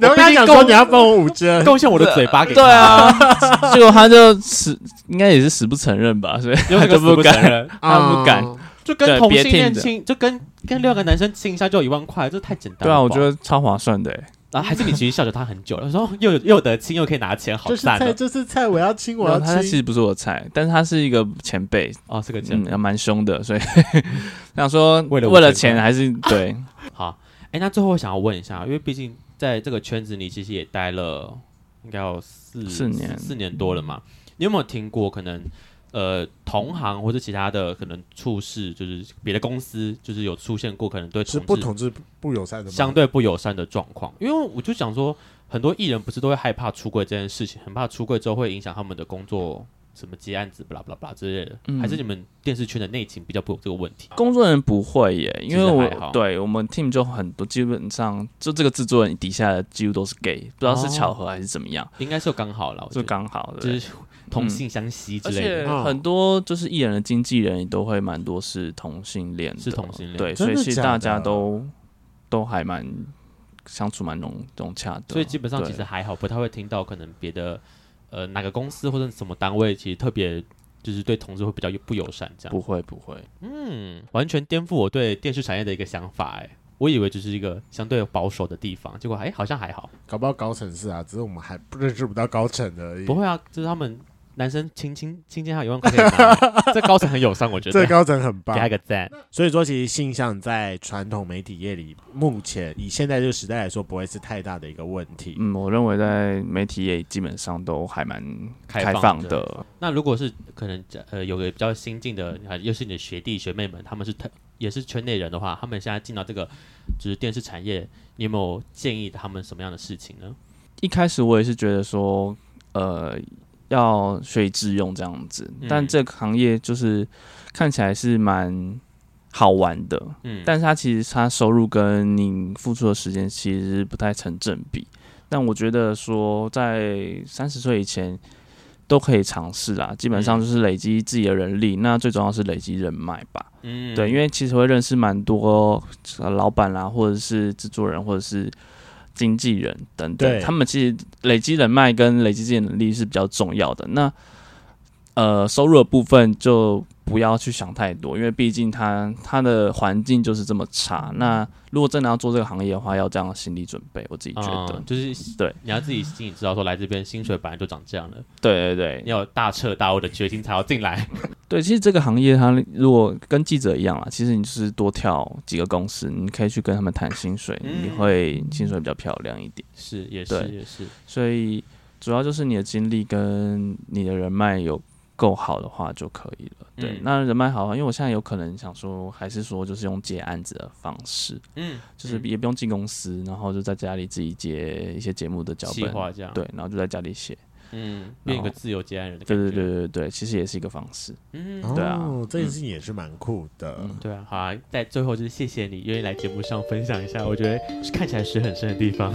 Speaker 2: 然后跟他讲说
Speaker 3: 我毕竟够
Speaker 2: 你要分我五间，
Speaker 3: 贡献我的嘴巴给他
Speaker 4: 呃对啊， 结果他就死，应该也是死不承认吧， 所以
Speaker 3: 有
Speaker 4: 他
Speaker 3: 这
Speaker 4: 就
Speaker 3: 个死
Speaker 4: 不
Speaker 3: 不承
Speaker 4: 敢。
Speaker 3: 认，
Speaker 4: 他不敢
Speaker 2: 啊。
Speaker 3: 就跟
Speaker 4: 对
Speaker 3: 同
Speaker 4: 别
Speaker 3: 性恋
Speaker 4: 听着
Speaker 3: 亲，就跟跟六个男生亲一下就有一万块，这太简单
Speaker 4: 对
Speaker 3: 了
Speaker 4: 啊，
Speaker 3: 吧。
Speaker 4: 我觉得超划算的欸。
Speaker 3: 啊，还是你其实笑着他很久了，说哦又又得亲又可以拿钱，好
Speaker 2: 就是
Speaker 3: 赞
Speaker 2: 菜，
Speaker 3: 哦！
Speaker 2: 就是菜，我要亲，我
Speaker 4: 然
Speaker 2: 要
Speaker 4: 后他其
Speaker 2: 亲。
Speaker 4: 实不是我的菜，但是他是一个前辈，
Speaker 3: 哦，是个真
Speaker 4: 嗯，蛮凶的，所以 想说
Speaker 3: 为了
Speaker 4: 为了
Speaker 3: 五千
Speaker 4: 钱
Speaker 3: 块
Speaker 4: 还是对。
Speaker 3: 好。哎，那最后我想要问一下，因为毕竟在这个圈子，你其实也待了应该有四
Speaker 4: 四年
Speaker 3: 四年多了嘛。你有没有听过可能呃同行或者其他的可能处事，就是别的公司，就是有出现过可能对
Speaker 2: 是
Speaker 3: 同
Speaker 2: 不
Speaker 3: 志
Speaker 2: 同志不友善的吗，
Speaker 3: 相对不友善的状况。因为我就想说，很多艺人不是都会害怕出柜这件事情，很怕出柜之后会影响他们的工作，什么接案子、不啦不啦不啦之类的。
Speaker 4: 嗯
Speaker 3: 还是你们电视圈的内情比较不有这个问题？
Speaker 4: 工作人员不会耶，因为
Speaker 3: 其实还
Speaker 4: 我
Speaker 3: 好
Speaker 4: 对我们 team 就很多，基本上就这个制作人底下的几乎都是 gay，不知道是
Speaker 3: 哦
Speaker 4: 巧合还是怎么样，
Speaker 3: 应该是有刚好哦啦，我觉
Speaker 4: 就
Speaker 3: 得
Speaker 4: 刚好
Speaker 3: 就
Speaker 4: 的。
Speaker 3: 是同性相吸之
Speaker 4: 而
Speaker 3: 类的。
Speaker 4: 且很多就是艺人的经纪人也都会蛮多是同性恋的，
Speaker 3: 是同性恋
Speaker 4: 对，
Speaker 2: 真
Speaker 4: 所
Speaker 2: 的
Speaker 4: 以其实
Speaker 2: 假的
Speaker 4: 大家都都还蛮相处蛮融融洽的，
Speaker 3: 所以基本上其实
Speaker 4: 对
Speaker 3: 还好，不太会听到可能别的呃哪个公司或者什么单位，其实特别就是对同志会比较不友善这样。
Speaker 4: 不会不会，
Speaker 3: 嗯，完全颠覆我对电视产业的一个想法哎。我以为就是一个相对保守的地方，结果哎好像还好，
Speaker 2: 搞不好高层是啊，只是我们还不认识不到高层而已。
Speaker 3: 不会啊，就是他们男生亲亲亲亲还有一万块可以 拿，这高层很友善，我觉
Speaker 2: 这
Speaker 3: 得
Speaker 2: 个。高层很
Speaker 3: 给他一
Speaker 2: 棒，
Speaker 3: 个赞，
Speaker 2: 所以说其实性向在传统媒体业里，目前以现在这个时代来说，不会是太大的一个问题。
Speaker 4: 嗯，我认为在媒体也基本上都还蛮
Speaker 3: 开
Speaker 4: 开
Speaker 3: 放
Speaker 4: 放
Speaker 3: 的
Speaker 4: 的，
Speaker 3: 那如果是可能呃有个比较新进的，还又是你的学弟学妹们，他们是特也是圈内人的话，他们现在进到这个就是电视产业，你有没有建议他们什么样的事情呢？
Speaker 4: 一开始我也是觉得说，呃，要学以致用这样子，
Speaker 3: 嗯
Speaker 4: 但这个行业就是看起来是蛮好玩的，
Speaker 3: 嗯，
Speaker 4: 但是它其实它收入跟你付出的时间其实是不太成正比。但我觉得说，在三十岁以前都可以尝试啦，基
Speaker 3: 嗯
Speaker 4: 本上就是累积自己的人力，那最重要是累积人脉吧。
Speaker 3: 嗯
Speaker 4: 对，因为其实会认识蛮多呃老板啦，或者是制作人，或者是经纪人等
Speaker 2: 对
Speaker 4: 等，他们其实累积人脉跟累积自己的能力是比较重要的。那呃，收入的部分就不要去想太多，因为毕竟他他的环境就是这么差。那如果真的要做这个行业的话，要这样的心理准备，我自己觉得。
Speaker 3: 嗯就是
Speaker 4: 对，
Speaker 3: 你要自己心里知道说来这边薪水本来就长这样了，
Speaker 4: 对对对
Speaker 3: 你，要有大彻大悟的决心才要进来。
Speaker 4: 对，其实这个行业它如果跟记者一样啦，其实你就是多跳几个公司，你可以去跟他们谈薪水，
Speaker 3: 嗯
Speaker 4: 你会薪水比较漂亮一点。
Speaker 3: 是，也
Speaker 4: 对
Speaker 3: 是，也是，
Speaker 4: 所以主要就是你的经历跟你的人脉有够好的话就可以了。对，
Speaker 3: 嗯
Speaker 4: 那人脉好的话，因为我现在有可能想说，还是说就是用接案子的方式，
Speaker 3: 嗯，
Speaker 4: 就是
Speaker 3: 嗯
Speaker 4: 也不用进公司，然后就在家里自己接一些节目的脚
Speaker 3: 计
Speaker 4: 本，
Speaker 3: 划这样，，
Speaker 4: 对，然后就在家里写。
Speaker 3: 嗯，变一个
Speaker 4: 然后
Speaker 3: 自由接案人的
Speaker 4: 对
Speaker 3: 感觉，
Speaker 4: 对对对对对，其实也是一个方式。
Speaker 3: 嗯，
Speaker 2: 哦，
Speaker 4: 对啊
Speaker 2: 这件事情也是蛮酷的。
Speaker 4: 嗯
Speaker 3: 对啊，好啊，在最后就是谢谢你愿意来节目上分享一下，我觉得看起来水很深的地方。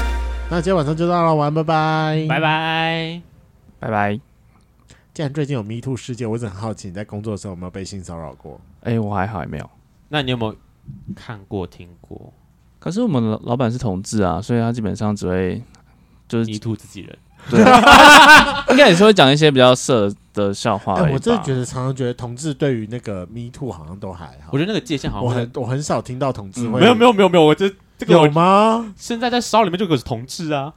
Speaker 2: 那今天晚上就到了，玩，拜拜，
Speaker 3: 拜。拜。
Speaker 4: 拜拜。
Speaker 2: 既然最近有 Me Too 事件，我一直很好奇你在工作的时候有没有被性骚扰过？
Speaker 4: 哎、我还好，还没有。
Speaker 3: 那你有没有看过、听过
Speaker 4: 可是我们老老板是同志啊，所以他基本上只会就是
Speaker 3: 泥土自己人？
Speaker 4: 对啊， 应该也是会讲一些比较色的笑话而已吧。
Speaker 2: 哎我真的觉得常常觉得同志对于那个 Me Too 好像都还好
Speaker 3: 我，觉得那个界限好
Speaker 2: 我
Speaker 3: 像
Speaker 2: 很我很少听到同志
Speaker 4: 嗯
Speaker 2: 会
Speaker 3: 没有没有没有没有，我这这个
Speaker 2: 有
Speaker 3: 我
Speaker 2: 吗？
Speaker 3: 现在在烧里面就可是同志啊，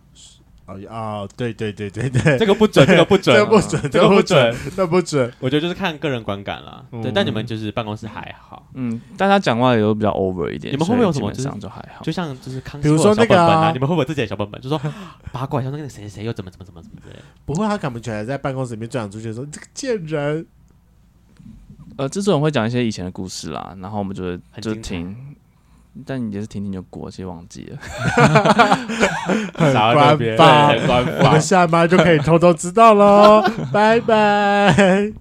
Speaker 2: 哦哦，对对对对对，
Speaker 3: 这个不 准，这个不准，
Speaker 2: 这不准，
Speaker 3: 这个
Speaker 2: 不
Speaker 3: 不准。，
Speaker 2: 这不准。
Speaker 3: 我觉得就是看个人观感啦。对，
Speaker 2: 嗯
Speaker 3: 但你们就是办公室还好，
Speaker 4: 嗯，但他讲话也都比较 over 一点。
Speaker 3: 你们会不会有什
Speaker 4: 所以
Speaker 3: 么
Speaker 4: 基本上就还好？
Speaker 3: 就像就是康熙
Speaker 2: 比如说
Speaker 3: 会有小
Speaker 2: 那个啊
Speaker 3: 本本啊，你们会不会有自己的小本本？就说啊八卦一下那个谁谁谁又怎么怎么怎么怎么之类的。
Speaker 2: 不会，他敢不起来在办公室里面转出去说：“你这个贱人。
Speaker 4: 呃，制作人会讲一些以前的故事啦，然后我们就是
Speaker 3: 很
Speaker 4: 就
Speaker 3: 精彩
Speaker 4: 听，但你也是听听就过，其实忘记了。
Speaker 2: 很
Speaker 3: 傻在那边
Speaker 2: 官方
Speaker 3: 对很官”
Speaker 2: 我
Speaker 3: 方
Speaker 2: 们。下班就可以偷偷知道喽，拜拜。